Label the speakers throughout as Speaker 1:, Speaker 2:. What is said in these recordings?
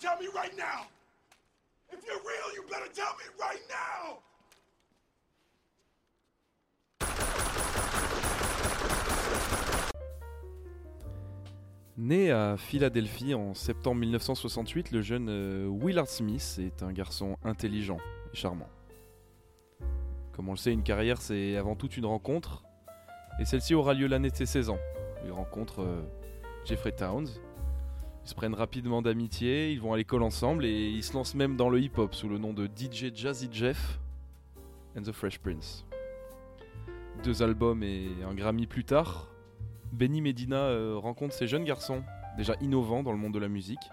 Speaker 1: tell me right now. If you're real, you better tell me right now.
Speaker 2: Né à Philadelphie en septembre 1968, le jeune euh, Willard Smith est un garçon intelligent et charmant. Comme on le sait, une carrière c'est avant tout une rencontre, et celle-ci aura lieu l'année de ses 16 ans. Il rencontre euh, Jeffrey Towns, ils se prennent rapidement d'amitié, ils vont à l'école ensemble et ils se lancent même dans le hip-hop sous le nom de DJ Jazzy Jeff and the Fresh Prince. Deux albums et un Grammy plus tard, Benny Medina euh, rencontre ces jeunes garçons, déjà innovants dans le monde de la musique,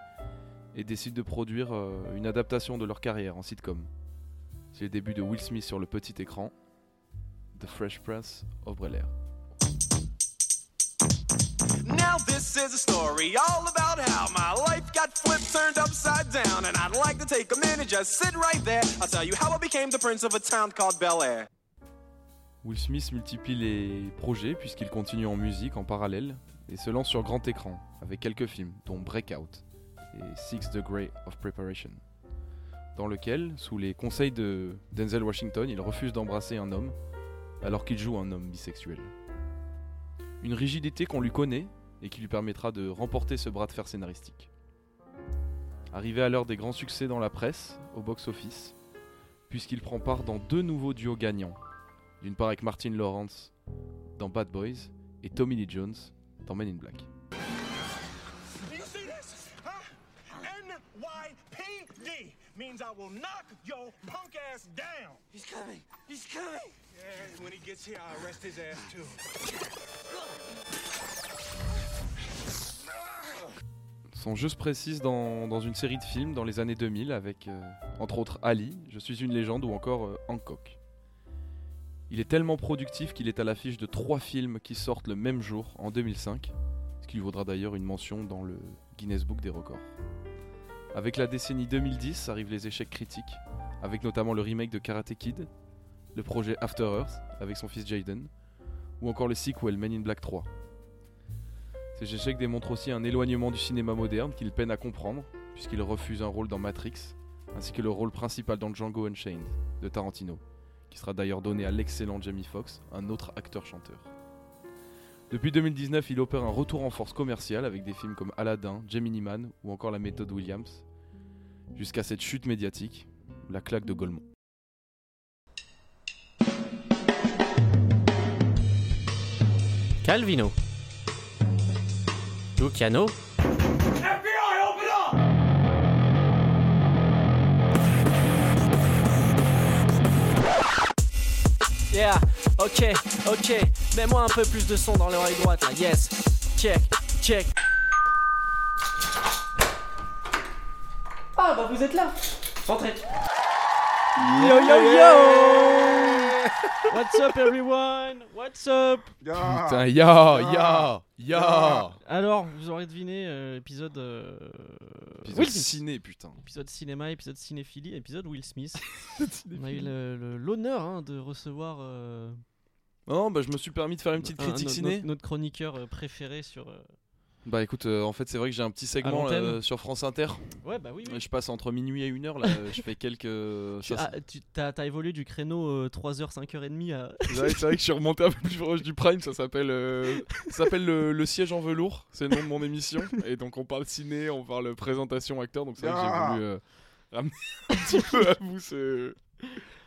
Speaker 2: et décide de produire euh, une adaptation de leur carrière en sitcom. C'est le début de Will Smith sur le petit écran, The Fresh Prince of Bel-Air.
Speaker 3: Now this is a story all about how my life got flipped, turned upside down, and I'd like to take a minute, just sit right there. I'll tell you how I became the prince of a town called Bel Air.
Speaker 2: Will Smith multiplie les projets puisqu'il continue en musique en parallèle et se lance sur grand écran avec quelques films dont Breakout et Six Degree of Preparation, dans lequel, sous les conseils de Denzel Washington, il refuse d'embrasser un homme alors qu'il joue un homme bisexuel. Une rigidité qu'on lui connaît et qui lui permettra de remporter ce bras de fer scénaristique. Arrivé à l'heure des grands succès dans la presse, au box-office, puisqu'il prend part dans deux nouveaux duos gagnants. D'une part avec Martin Lawrence dans Bad Boys et Tommy Lee Jones dans Men in Black.
Speaker 1: Do you see this? Huh? NYPD means I will knock your punk ass down.
Speaker 4: He's coming. He's coming.
Speaker 1: Yeah, when he gets here, I'll arrest his ass too.
Speaker 2: Son jeu se précise dans, dans une série de films dans les années 2000 avec, euh, entre autres, Ali, Je suis une légende ou encore euh, Hancock. Il est tellement productif qu'il est à l'affiche de trois films qui sortent le même jour, en 2005, ce qui lui vaudra d'ailleurs une mention dans le Guinness Book des records. Avec la décennie 2010 arrivent les échecs critiques, avec notamment le remake de Karate Kid, le projet After Earth avec son fils Jaden, ou encore le sequel Men in Black 3. Ces échecs démontrent aussi un éloignement du cinéma moderne qu'il peine à comprendre, puisqu'il refuse un rôle dans Matrix, ainsi que le rôle principal dans Django Unchained de Tarantino, qui sera d'ailleurs donné à l'excellent Jamie Foxx, un autre acteur-chanteur. Depuis 2019, il opère un retour en force commerciale avec des films comme Aladdin, Gemini Man ou encore La méthode Williams, jusqu'à cette chute médiatique, la claque de Golemont.
Speaker 5: Calvino. Luciano.
Speaker 1: FBI, open up!
Speaker 5: Yeah, ok, ok. Mets-moi un peu plus de son dans l'oreille droite là. Yes. Check, check. Ah bah vous êtes là. Rentrez. Yo yo yo. What's up everyone? What's up?
Speaker 1: Ah.
Speaker 2: Putain, ya, ya, ya
Speaker 5: Ah.
Speaker 6: Alors, vous aurez deviné, euh, épisode. euh,
Speaker 2: Épisode
Speaker 6: Will Smith.
Speaker 2: ciné, putain.
Speaker 6: Épisode cinéma, épisode cinéphilie, épisode Will Smith. On a eu le- le- l'honneur hein, de recevoir euh,
Speaker 2: Non, bah je me suis permis de faire une
Speaker 5: Ah,
Speaker 2: petite
Speaker 6: un-
Speaker 2: critique
Speaker 6: notre-
Speaker 2: ciné.
Speaker 6: notre, notre chroniqueur euh, préféré sur. euh,
Speaker 2: Bah écoute, euh, en fait c'est vrai que j'ai un petit segment là,
Speaker 6: l'antenne.
Speaker 2: euh, sur France Inter.
Speaker 6: Ouais, bah oui. oui.
Speaker 2: Je passe entre minuit et une heure là, je fais quelques... euh,
Speaker 6: Tu-
Speaker 2: ça,
Speaker 6: ah, tu t'as t'as évolué du créneau euh, 3h, 5h30 à.
Speaker 2: c'est- c'est vrai- c'est vrai que je suis remonté un peu plus proche du prime, ça s'appelle euh, ça s'appelle le, le siège en velours, c'est le nom de mon émission. Et donc on parle ciné, on parle présentation acteur, donc c'est vrai que j'ai voulu euh, ramener un petit peu à vous ce-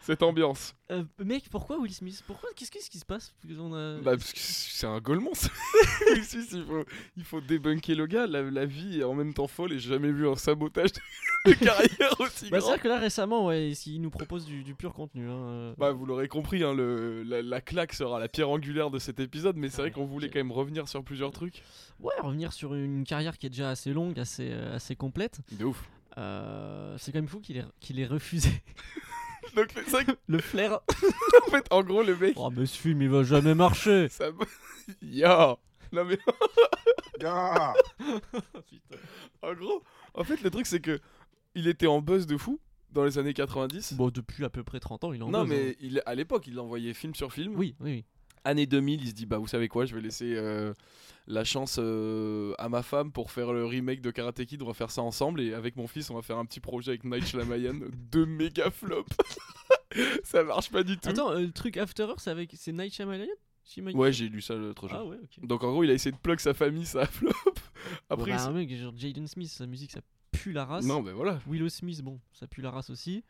Speaker 2: cette ambiance.
Speaker 6: Euh, mec, pourquoi Will Smith Pourquoi Qu'est-ce qu'est-ce qui se passe On a-
Speaker 2: Bah parce que c'est un golemon ça. Oui, si, si, il, faut, il faut débunker le gars, la, la vie est en même temps folle et j'ai jamais vu un sabotage de, de carrière aussi
Speaker 6: Bah, c'est
Speaker 2: grand.
Speaker 6: vrai que là récemment, ouais, il nous propose du, du pur contenu. hein, euh.
Speaker 2: Bah, vous l'aurez compris, hein, le, la, la claque sera la pierre angulaire de cet épisode, mais c'est vrai qu'on voulait quand même revenir sur plusieurs trucs.
Speaker 6: Ouais, revenir sur une carrière qui est déjà assez longue, assez, euh, assez complète.
Speaker 2: De ouf.
Speaker 6: Euh, c'est quand même fou qu'il ait, qu'il ait refusé
Speaker 2: Donc, c'est vrai qu'en
Speaker 6: le flair.
Speaker 2: fait, en gros, le mec,
Speaker 6: oh, mais ce film, il va jamais marcher.
Speaker 2: ça. Yo Non, mais en gros, en fait, le truc, c'est que il était en buzz de fou dans les années 90.
Speaker 6: Bon, depuis à peu près 30 ans, il est en
Speaker 2: non,
Speaker 6: buzz, hein.
Speaker 2: mais il, à l'époque, il envoyait film sur film.
Speaker 6: Oui, oui, oui.
Speaker 2: Année 2000, il se dit bah vous savez quoi, je vais laisser euh, la chance euh, à ma femme pour faire le remake de Karate Kid, on va faire ça ensemble et avec mon fils, on va faire un petit projet avec Night Shyamalan de méga flop. ça marche pas du tout.
Speaker 5: Attends, euh, le truc After Earth, c'est avec c'est Night Shyamalan Shyamalan
Speaker 2: Ouais, j'ai lu ça l'autre jour.
Speaker 5: Ah ouais, ok.
Speaker 2: Donc en gros, il a essayé de plug sa famille, ça a flop.
Speaker 5: Bon,
Speaker 2: Après,
Speaker 5: bah, hein.
Speaker 2: il s-
Speaker 5: un mec genre Jaden Smith, sa musique ça pue la race.
Speaker 2: non, ben voilà.
Speaker 5: Willow Smith, bon, ça pue la race aussi.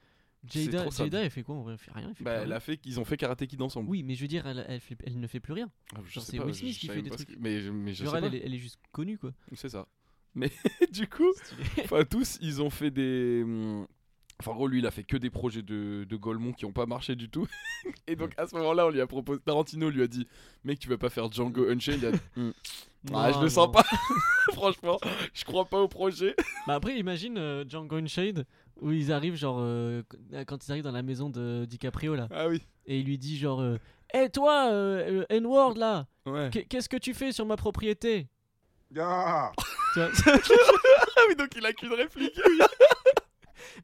Speaker 2: C'est
Speaker 5: Jada,
Speaker 2: trop ça.
Speaker 5: Jada, elle fait quoi en vrai Elle fait rien. Elle fait
Speaker 2: Bah,
Speaker 5: plus
Speaker 2: elle
Speaker 5: rien.
Speaker 2: a fait qu'ils ont fait Karate Kid ensemble.
Speaker 5: Oui, mais je veux dire, elle, elle fait- elle ne fait plus rien.
Speaker 2: Ah, je
Speaker 5: Genre,
Speaker 2: sais
Speaker 5: c'est
Speaker 2: pas,
Speaker 5: Will
Speaker 2: je-
Speaker 5: Smith
Speaker 2: je
Speaker 5: qui
Speaker 2: savais
Speaker 5: fait
Speaker 2: même
Speaker 5: des
Speaker 2: pas ce
Speaker 5: trucs.
Speaker 2: que- Mais, je- mais je
Speaker 5: Genre,
Speaker 2: sais
Speaker 5: elle,
Speaker 2: pas.
Speaker 5: elle est, elle est juste connue quoi.
Speaker 2: C'est ça. Mais du coup, enfin tous, ils ont fait des. hum, Enfin, en gros, lui, il a fait que des projets de, de Golemont qui n'ont pas marché du tout. Et donc, à ce moment-là, on lui a proposé. Tarantino lui a dit Mec, tu vas pas faire Django Unchained Il a dit, Hum, ah, Je
Speaker 5: Non,
Speaker 2: le sens
Speaker 5: non.
Speaker 2: pas. Franchement, je crois pas au projet.
Speaker 5: Bah après, imagine euh, Django Unchained où ils arrivent genre euh, quand ils arrivent dans la maison de DiCaprio là
Speaker 2: Ah oui.
Speaker 5: et il lui dit genre euh, Hé toi euh, euh, N-word là,
Speaker 2: Ouais.
Speaker 5: qu'est- qu'est-ce que tu fais sur ma propriété
Speaker 1: Ah,
Speaker 5: Tu vois
Speaker 2: Ah oui, donc il a qu'une réplique.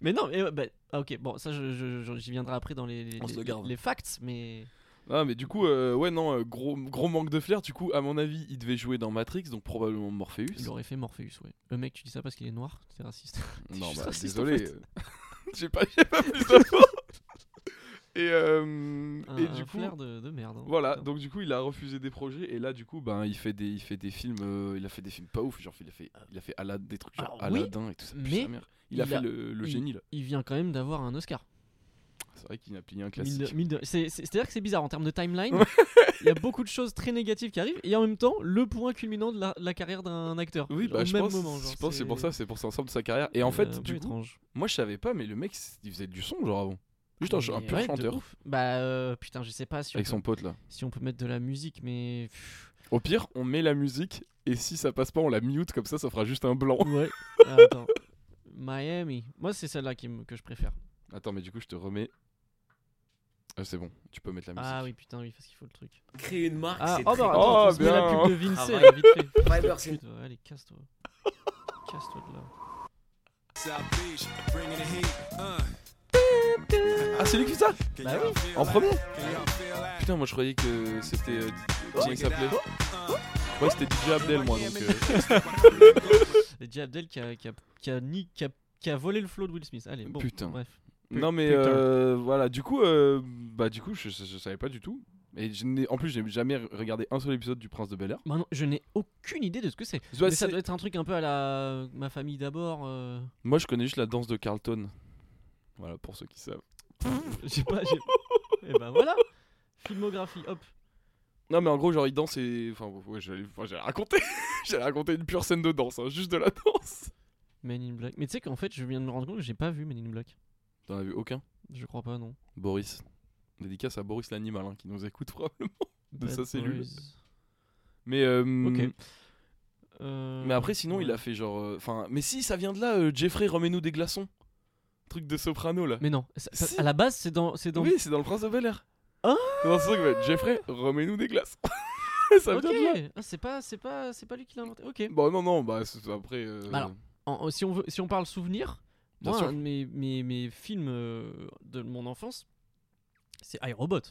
Speaker 5: Mais non, mais, euh, bah, ah, ok, bon, ça je- je- je- j'y viendrai après dans les, les,
Speaker 2: On se le
Speaker 5: les-
Speaker 2: garde.
Speaker 5: les facts, mais.
Speaker 2: Ah mais du coup euh, ouais non euh, gros gros manque de flair du coup à mon avis il devait jouer dans Matrix donc probablement Morpheus.
Speaker 5: Il aurait fait Morpheus, ouais. Le mec, tu dis ça parce qu'il est noir, c'est raciste. T'es
Speaker 2: Non
Speaker 5: juste
Speaker 2: bah
Speaker 5: raciste, en
Speaker 2: désolé.
Speaker 5: fait.
Speaker 2: j'ai pas j'ai pas plus d'infos. Et euh,
Speaker 5: Un,
Speaker 2: et
Speaker 5: un
Speaker 2: du coup
Speaker 5: flair de, de merde. hein.
Speaker 2: voilà
Speaker 5: Putain.
Speaker 2: donc du coup il a refusé des projets et là du coup ben il fait des il fait des films euh, il a fait des films pas ouf genre il a fait il a fait Alad- des trucs genre
Speaker 5: Alors, Ah oui,
Speaker 2: Aladdin et tout ça. pue
Speaker 5: mais
Speaker 2: sa mère. Il, a
Speaker 5: il
Speaker 2: fait
Speaker 5: a-
Speaker 2: le, le
Speaker 5: il-
Speaker 2: génie là.
Speaker 5: Il vient quand même d'avoir un Oscar.
Speaker 2: C'est vrai qu'il a plié un
Speaker 5: Mine de-
Speaker 2: classique.
Speaker 5: mine de- c'est- c'est- C'est-à-dire que c'est bizarre en termes de timeline. Il y a beaucoup de choses très négatives qui arrivent et en même temps le point culminant de la, la carrière d'un acteur.
Speaker 2: Oui,
Speaker 5: Genre,
Speaker 2: bah,
Speaker 5: au
Speaker 2: je
Speaker 5: même
Speaker 2: pense,
Speaker 5: moment. genre,
Speaker 2: je pense que c'est pour ça, c'est pour ça ensemble de sa carrière. Et en
Speaker 5: euh,
Speaker 2: fait,
Speaker 5: un
Speaker 2: du
Speaker 5: peu
Speaker 2: coup,
Speaker 5: étrange.
Speaker 2: moi je savais pas, mais le mec, c'est- il faisait du son genre avant. Juste un, ch- un
Speaker 5: Mais
Speaker 2: pur
Speaker 5: ouais, de
Speaker 2: chanteur.
Speaker 5: ouf. Bah euh, putain, je sais pas si on,
Speaker 2: Avec
Speaker 5: peut,
Speaker 2: son pote là.
Speaker 5: si on peut mettre de la musique, mais. pff,
Speaker 2: Au pire, on met la musique et si ça passe pas, on la mute comme ça, ça fera juste un blanc.
Speaker 5: Ouais. Ah, Attends. Miami. Moi, c'est celle-là qui me- que je préfère.
Speaker 2: Attends, mais du coup, je te remets. Ah, c'est bon, tu peux mettre la musique.
Speaker 5: Ah oui, putain, oui, parce qu'il faut le truc.
Speaker 7: Créer une marque,
Speaker 5: Ah,
Speaker 7: c'est
Speaker 5: oh,
Speaker 7: très
Speaker 5: bah,
Speaker 2: Oh,
Speaker 5: attends, on se met la
Speaker 2: bien,
Speaker 5: pub de Vince,
Speaker 7: Ah,
Speaker 5: là, vite fait.
Speaker 7: Fiber, c'est une-
Speaker 5: Putain, Allez, casse-toi. Casse-toi de là.
Speaker 2: Ah, c'est lui qui fait ça
Speaker 5: Bah oui.
Speaker 2: En premier Putain, moi je croyais que c'était. euh,
Speaker 5: Oh,
Speaker 2: Comment il s'appelait Ouais, c'était DJ Abdel, moi donc. euh,
Speaker 5: C'est Jay Abdel qui a, qui, a, qui, a ni- qui a- qui a volé le flow de Will Smith. Allez, bon,
Speaker 2: Putain.
Speaker 5: bref.
Speaker 2: Non, mais
Speaker 5: Putain.
Speaker 2: euh, voilà, du coup, euh, bah, du coup je, je- je savais pas du tout. Et je n'ai- en plus, j'ai jamais regardé un seul épisode du Prince de Bel Air. Bah,
Speaker 5: Maintenant, je n'ai aucune idée de ce que c'est.
Speaker 7: Bah,
Speaker 5: Mais ça doit être un truc un peu à la ma famille d'abord. euh,
Speaker 2: Moi, je connais juste la danse de Carlton. Voilà, pour ceux qui savent.
Speaker 5: J'ai pas. Et ben voilà. Filmographie, hop.
Speaker 2: Non mais en gros genre il danse et enfin ouais, j'allais enfin, j'allais raconter j'allais raconter une pure scène de danse hein, juste de la danse.
Speaker 5: Men in Black. Mais tu sais qu'en fait, je viens de me rendre compte que j'ai pas vu Men in Black.
Speaker 2: T'en as vu aucun
Speaker 5: Je crois pas, non.
Speaker 2: Boris. Dédicace à Boris l'animal hein, qui nous écoute probablement. De sa cellule.
Speaker 5: Boys.
Speaker 2: Mais euh,
Speaker 5: Bah, Ok. Euh,
Speaker 2: mais après sinon
Speaker 5: ouais.
Speaker 2: il a fait genre euh, enfin mais si ça vient de là euh, Jeffrey remets-nous des glaçons. Truc de soprano là.
Speaker 5: Mais non, ça- ça-
Speaker 2: Si.
Speaker 5: à la base, c'est dans. C'est dans...
Speaker 2: Oui, c'est dans le prince de Bel-Air.
Speaker 5: Ah
Speaker 2: C'est dans ce truc ouais, Jeffrey remets-nous des glaçons. ça
Speaker 5: Ok.
Speaker 2: vient de là.
Speaker 5: Ah, c'est pas, c'est pas, c'est pas lui qui l'a inventé. Ok.
Speaker 2: Bon non non bah c'est- après euh,
Speaker 5: Bah alors, En- en- si on veut, si on parle souvenir,
Speaker 2: Bien
Speaker 5: moi,
Speaker 2: sûr.
Speaker 5: un de mes, mes, mes films euh, de mon enfance, c'est iRobot.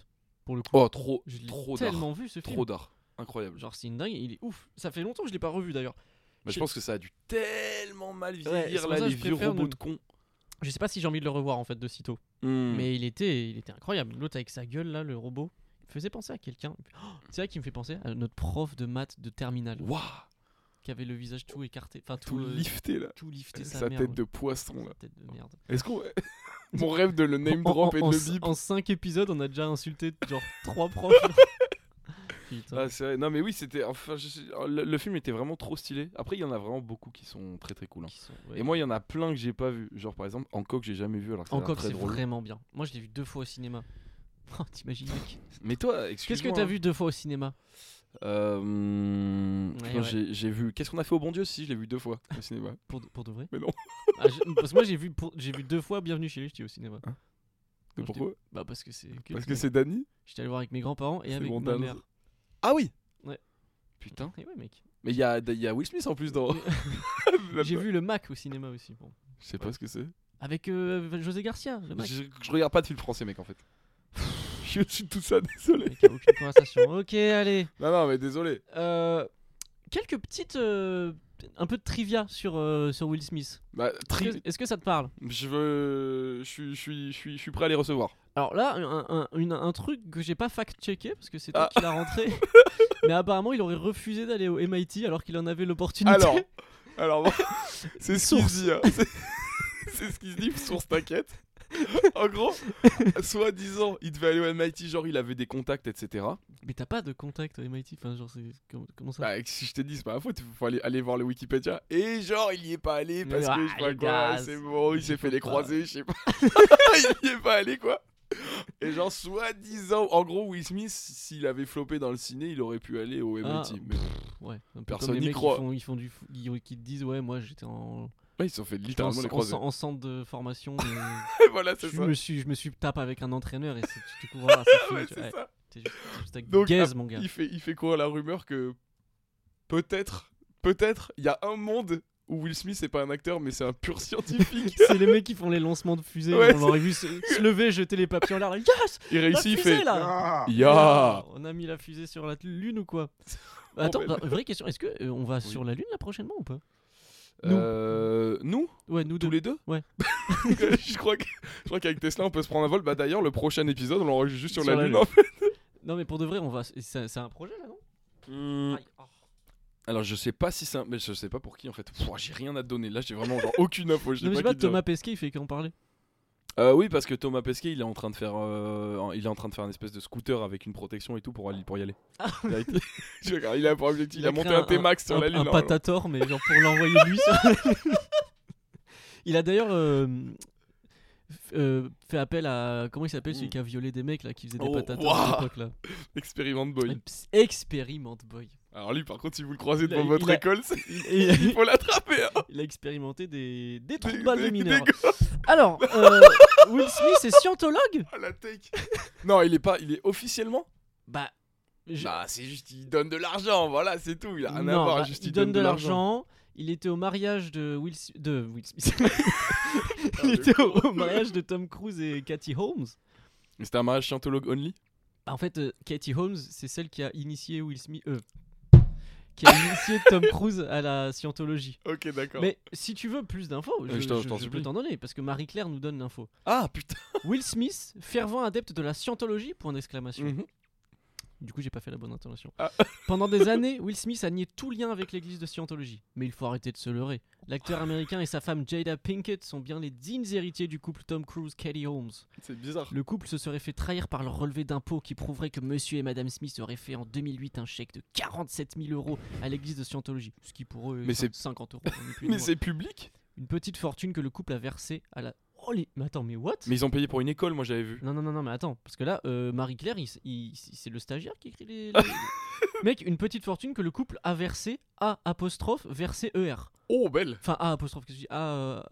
Speaker 5: Pour le coup,
Speaker 2: oh trop
Speaker 5: je l'ai
Speaker 2: trop d'art.
Speaker 5: tellement vu ce film.
Speaker 2: Trop d'art. Incroyable.
Speaker 5: Genre, c'est une dingue. Il est ouf. Ça fait longtemps que je l'ai pas revu d'ailleurs.
Speaker 2: Bah, je
Speaker 5: Je-
Speaker 2: pense que ça a dû tellement mal
Speaker 5: Ouais, c'est
Speaker 2: vieillir
Speaker 5: pour
Speaker 2: là,
Speaker 5: ça que
Speaker 2: les
Speaker 5: je
Speaker 2: vieux
Speaker 5: préfère
Speaker 2: robots
Speaker 5: ne-
Speaker 2: de cons.
Speaker 5: Je sais pas si j'ai envie de le revoir en fait de sitôt.
Speaker 2: Hmm.
Speaker 5: Mais il était, il était incroyable. L'autre avec sa gueule là, le robot, il me faisait penser à quelqu'un. Oh, c'est ça qui me fait penser à notre prof de maths de terminale
Speaker 2: Waouh,
Speaker 5: qui avait le visage tout écarté, enfin tout,
Speaker 2: tout
Speaker 5: euh,
Speaker 2: lifté là.
Speaker 5: tout lifté sa,
Speaker 2: Sa,
Speaker 5: mère,
Speaker 2: tête
Speaker 5: ouais.
Speaker 2: de poisson
Speaker 5: Sa
Speaker 2: là.
Speaker 5: tête de merde.
Speaker 2: Est-ce qu'on. Mon rêve de le name
Speaker 5: En-
Speaker 2: drop
Speaker 5: en,
Speaker 2: et de
Speaker 5: en,
Speaker 2: le bip.
Speaker 5: En 5 épisodes, on a déjà insulté genre 3 profs. Putain.
Speaker 2: Ah, c'est vrai. Non mais oui, c'était. Enfin, je sais- oh, le, le film était vraiment trop stylé. Après, il y en a vraiment beaucoup qui sont très très cool. hein.
Speaker 5: qui sont- ouais.
Speaker 2: Et moi, il y en a plein que j'ai pas vu. Genre par exemple, Hancock, j'ai jamais vu alors que ça a l'air
Speaker 5: encore,
Speaker 2: très
Speaker 5: c'est
Speaker 2: drôle.
Speaker 5: vraiment bien. Moi, je l'ai vu deux fois au cinéma. Oh, T'imagines, mec.
Speaker 2: Mais toi, excuse-moi.
Speaker 5: Qu'est-ce que t'as vu deux fois au cinéma
Speaker 2: euh, hum,
Speaker 5: Ouais,
Speaker 2: putain,
Speaker 5: ouais.
Speaker 2: J'ai j'ai vu. Qu'est-ce qu'on a fait au bon Dieu Si, je l'ai vu deux fois au cinéma.
Speaker 5: pour de, pour de vrai
Speaker 2: Mais non.
Speaker 5: Ah, je- Parce que moi, j'ai vu, pour- j'ai vu deux fois Bienvenue chez les Ch'tis au cinéma.
Speaker 2: Hein Mais
Speaker 5: Quand j'étais-
Speaker 2: pourquoi
Speaker 5: Bah, parce que c'est.
Speaker 2: Parce que c'est Danny
Speaker 5: J'étais allé voir avec mes grands-parents et
Speaker 2: C'est
Speaker 5: avec
Speaker 2: mon
Speaker 5: ma
Speaker 2: dame.
Speaker 5: mère.
Speaker 2: Ah oui
Speaker 5: Ouais.
Speaker 2: Putain.
Speaker 5: Et ouais, mec.
Speaker 2: Mais il y a, y a Will Smith en plus dans. Même
Speaker 5: J'ai
Speaker 2: pas.
Speaker 5: vu le Mac au cinéma aussi. Bon.
Speaker 2: Je sais pas ce que c'est.
Speaker 5: Avec euh, José Garcia, le Mac.
Speaker 2: Je, je regarde pas de films français, mec, en fait. Je qui au-dessus de tout ça, désolé.
Speaker 5: Mec, y a aucune conversation. Ok, allez.
Speaker 2: Non, non, mais désolé.
Speaker 5: Euh, quelques petites. euh, un peu de trivia sur, euh, sur Will Smith.
Speaker 2: Bah,
Speaker 5: Est-ce
Speaker 2: tri-
Speaker 5: que- Est-ce que ça te parle
Speaker 2: Je veux. Je suis, je suis, je suis, je suis prêt à les recevoir.
Speaker 5: Alors là, un, un- une- un truc que j'ai pas fact-checké parce que c'est toi
Speaker 2: Ah.
Speaker 5: qui l'a rentré. mais apparemment, il aurait refusé d'aller au MIT alors qu'il en avait l'opportunité.
Speaker 2: Alors, alors bon, c'est ce qu'il
Speaker 5: Source.
Speaker 2: se dit. hein. C'est- C'est ce qu'il se dit, source, t'inquiète. En gros, soi-disant, il devait aller au MIT, genre il avait des contacts, etc.
Speaker 5: Mais t'as pas de contact au MIT. Enfin, genre, c'est. Comment, comment ça
Speaker 2: Bah, si je t'ai dit, c'est pas ma faute, il faut aller, aller voir le Wikipédia. Et genre, il y est pas allé parce
Speaker 5: Ah,
Speaker 2: que je sais pas
Speaker 5: les
Speaker 2: quoi,
Speaker 5: gars,
Speaker 2: c'est bon, il s'est fait les
Speaker 5: pas.
Speaker 2: croisés, je sais pas. il y est pas allé quoi. Et genre, soi-disant, en gros, Will Smith, s'il avait flopé dans le ciné, il aurait pu aller au MIT.
Speaker 5: Ah.
Speaker 2: Mais bon.
Speaker 5: Ouais. un peu
Speaker 2: Personne
Speaker 5: comme les
Speaker 2: n'y
Speaker 5: mecs qui
Speaker 2: croit.
Speaker 5: font- Ils font, du. f- Qui, qui te disent, ouais, moi j'étais en.
Speaker 2: Ouais, ils se sont fait
Speaker 5: en,
Speaker 2: littéralement les croisés.
Speaker 5: en- en centre de formation. mais-
Speaker 2: voilà, c'est
Speaker 5: je
Speaker 2: ça.
Speaker 5: me suis je me suis tapé avec un entraîneur et c'est- tu te couvres là, c'est fini,
Speaker 2: Ouais,
Speaker 5: tu-
Speaker 2: c'est
Speaker 5: ouais,
Speaker 2: ça.
Speaker 5: t'es juste, t'es juste avec
Speaker 2: Donc,
Speaker 5: gaze, mon gars.
Speaker 2: Il fait, il fait courir la rumeur que peut-être, peut-être, il y a un monde où Will Smith, c'est pas un acteur, mais c'est un pur scientifique.
Speaker 5: C'est les mecs qui font les lancements de fusées,
Speaker 2: Ouais,
Speaker 5: on l'aurait vu se, se lever, jeter les papiers en l'air, là, yes
Speaker 2: il
Speaker 5: La
Speaker 2: réussit, il
Speaker 5: fusée
Speaker 2: fait. Ah.
Speaker 5: là
Speaker 2: Ya
Speaker 5: On a mis la fusée sur la lune ou quoi
Speaker 2: Bon,
Speaker 5: Attends,
Speaker 2: ben-
Speaker 5: bah, vraie question, est-ce que euh, on va sur la lune là prochainement ou pas Nous.
Speaker 2: Euh, nous,
Speaker 5: Ouais, nous
Speaker 2: tous
Speaker 5: deux.
Speaker 2: les deux
Speaker 5: Ouais.
Speaker 2: je crois que- je crois qu'avec Tesla on peut se prendre un vol. Bah d'ailleurs le prochain épisode on l'enregistre juste sur, la, lune. en fait.
Speaker 5: Non mais pour de vrai, on va c'est- c'est un projet là, non Aïe,
Speaker 2: Euh,
Speaker 5: oh.
Speaker 2: Alors je sais pas si ça, mais je sais pas pour qui en fait. Pff, j'ai rien à te donner. Là j'ai vraiment genre aucune info. Je sais
Speaker 5: Non, mais je sais
Speaker 2: pas
Speaker 5: pas,
Speaker 2: qui te dirait.
Speaker 5: Thomas Pesquet, il fait qu'en parler.
Speaker 2: Euh, oui parce que Thomas Pesquet il est en train de faire, euh, en- il est en train de faire une espèce de scooter avec une protection et tout pour aller pour y aller. Direct. Je regarde, il a pour objectif, il, a, monté
Speaker 5: Ah. créé
Speaker 2: un T-Max sur
Speaker 5: un-
Speaker 2: la lune. hein.
Speaker 5: Un
Speaker 2: normalement.
Speaker 5: patator, mais genre pour l'envoyer lui. sur- il a d'ailleurs euh, f- euh, fait appel à. Comment il s'appelle celui
Speaker 2: Mm.
Speaker 5: qui a violé des mecs là qui faisait des
Speaker 2: Oh,
Speaker 5: patatas
Speaker 2: waouh.
Speaker 5: à l'époque là
Speaker 2: hein. Expérimente boy.
Speaker 5: Ex- Expérimente boy.
Speaker 2: Alors lui par contre si vous le croisez
Speaker 5: Il a-
Speaker 2: devant votre
Speaker 5: il a-
Speaker 2: école, c'est-
Speaker 5: Et
Speaker 2: il faut l'attraper. hein.
Speaker 5: il a expérimenté des, des trous
Speaker 2: Des-
Speaker 5: de balles de
Speaker 2: des- des
Speaker 5: mineurs.
Speaker 2: gosses.
Speaker 5: Alors, euh, Will Smith est scientologue
Speaker 2: Ah, la take. non il est pas, il est officiellement.
Speaker 5: Bah. je-
Speaker 2: Bah, c'est juste, il donne de l'argent, voilà, c'est tout. Il a rien à
Speaker 5: Non,
Speaker 2: voir,
Speaker 5: bah,
Speaker 2: juste
Speaker 5: il donne de l'argent. Il était au mariage de Will, Smi- de Will Smith. il
Speaker 2: Ah, de
Speaker 5: était au, au mariage de Tom Cruise et Cathy Holmes.
Speaker 2: Mais C'était un mariage scientologue only
Speaker 5: Bah, en fait, euh, Cathy Holmes, c'est celle qui a initié Will Smith. euh, qui a initié Tom Cruise à la scientologie.
Speaker 2: Ok, d'accord.
Speaker 5: Mais si tu veux plus d'infos,
Speaker 2: Euh,
Speaker 5: je,
Speaker 2: je t'en-
Speaker 5: je-
Speaker 2: je t'en
Speaker 5: je peux
Speaker 2: supplie.
Speaker 5: t'en donner parce que Marie-Claire nous donne l'info.
Speaker 2: Ah, putain
Speaker 5: Will Smith, fervent adepte de la scientologie Point d'exclamation. Du coup, j'ai pas fait la bonne intonation.
Speaker 2: Mhm. Ah.
Speaker 5: Pendant des années, Will Smith a nié tout lien avec l'église de Scientologie. Mais il faut arrêter de se leurrer. L'acteur américain et sa femme Jada Pinkett sont bien les dignes héritiers du couple Tom Cruise-Katie Holmes.
Speaker 2: C'est bizarre.
Speaker 5: Le couple se serait fait trahir par leur relevé d'impôts qui prouverait que monsieur et madame Smith auraient fait en 2008 un chèque de 47 000 euros à l'église de Scientologie. Ce qui pour eux
Speaker 2: Mais
Speaker 5: est
Speaker 2: c'est-
Speaker 5: 50 euros. ni plus ni
Speaker 2: Mais
Speaker 5: moins.
Speaker 2: c'est public
Speaker 5: Une petite fortune que le couple a versée à la. Oh les. Mais attends, mais what
Speaker 2: Mais ils ont payé pour une école, moi j'avais vu.
Speaker 5: non, non, non, non, mais attends, parce que là, euh, Marie-Claire, il s- il- c'est le stagiaire qui écrit les. les- Mec, une petite fortune que le couple a versée A apostrophe versée ER.
Speaker 2: Oh, belle
Speaker 5: Enfin, A apostrophe, qu'est-ce que je dis A, euh,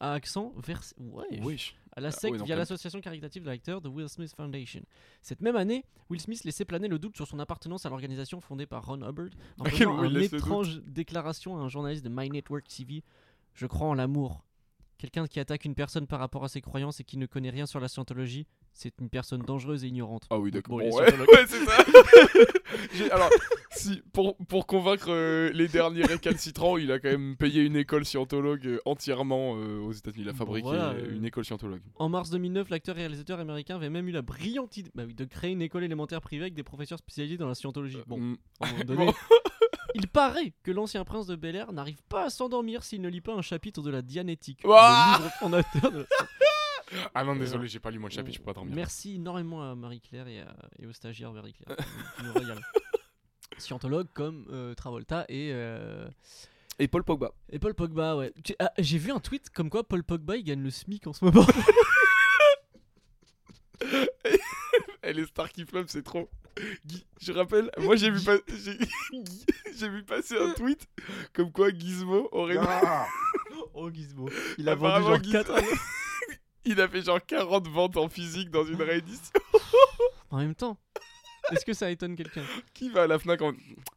Speaker 5: A accent versé. Ouais.
Speaker 2: Wesh.
Speaker 5: À la
Speaker 2: Ah,
Speaker 5: secte
Speaker 2: oui, donc
Speaker 5: via
Speaker 2: elle-
Speaker 5: l'association caritative de l'acteur The Will Smith Foundation. Cette même année, Will Smith laissait planer le doute sur son appartenance à l'organisation fondée par Ron Hubbard en
Speaker 2: quel
Speaker 5: faisant
Speaker 2: moment il
Speaker 5: une
Speaker 2: laisse le
Speaker 5: étrange déclaration à un journaliste de My Network TV Je crois en l'amour. Quelqu'un qui attaque une personne par rapport à ses croyances et qui ne connaît rien sur la scientologie, c'est une personne dangereuse et ignorante.
Speaker 2: Ah oui, d'accord.
Speaker 5: Bon, il est
Speaker 2: Bon, ouais,
Speaker 5: scientologue.
Speaker 2: ouais, c'est ça. J'ai- Alors, si, pour, pour convaincre euh, les derniers récalcitrants, il a quand même payé une école scientologue euh, entièrement euh, aux États-Unis. Il a
Speaker 5: Bon,
Speaker 2: fabriqué
Speaker 5: voilà,
Speaker 2: euh,
Speaker 5: euh.
Speaker 2: une école scientologue.
Speaker 5: En mars 2009, l'acteur et réalisateur américain avait même eu la brillante idée bah oui, de créer une école élémentaire privée avec des professeurs spécialisés dans la scientologie. Bon,
Speaker 2: Mm.
Speaker 5: à un moment donné,
Speaker 2: Bon.
Speaker 5: il paraît que l'ancien prince de Bel Air n'arrive pas à s'endormir s'il ne lit pas un chapitre de la Dianétique,
Speaker 2: Ouah
Speaker 5: le livre fondateur de la
Speaker 2: Ah
Speaker 5: Euh,
Speaker 2: non, désolé, j'ai pas lu moi le chapitre, je peux pas dormir.
Speaker 5: Merci énormément à Marie-Claire et, à- et aux stagiaires Marie-Claire. qui nous régalent. Scientologue comme euh, Travolta et, euh,
Speaker 2: Et Paul Pogba.
Speaker 5: et Paul Pogba, ouais. Tu- ah, J'ai vu un tweet comme quoi Paul Pogba il gagne le SMIC en ce moment.
Speaker 2: Elle est star qui flop, c'est trop. Guy- je rappelle, moi j'ai vu, pas- j'ai- Guy- j'ai vu passer un tweet comme quoi Gizmo aurait.
Speaker 1: Ah.
Speaker 5: oh Gizmo, il a vendu
Speaker 2: Apparemment,
Speaker 5: genre
Speaker 2: Gizmo-
Speaker 5: 4
Speaker 2: Il a fait genre 40 ventes en physique dans une réédition.
Speaker 5: En même temps, est-ce que ça étonne quelqu'un
Speaker 2: Qui va à la Fnac en.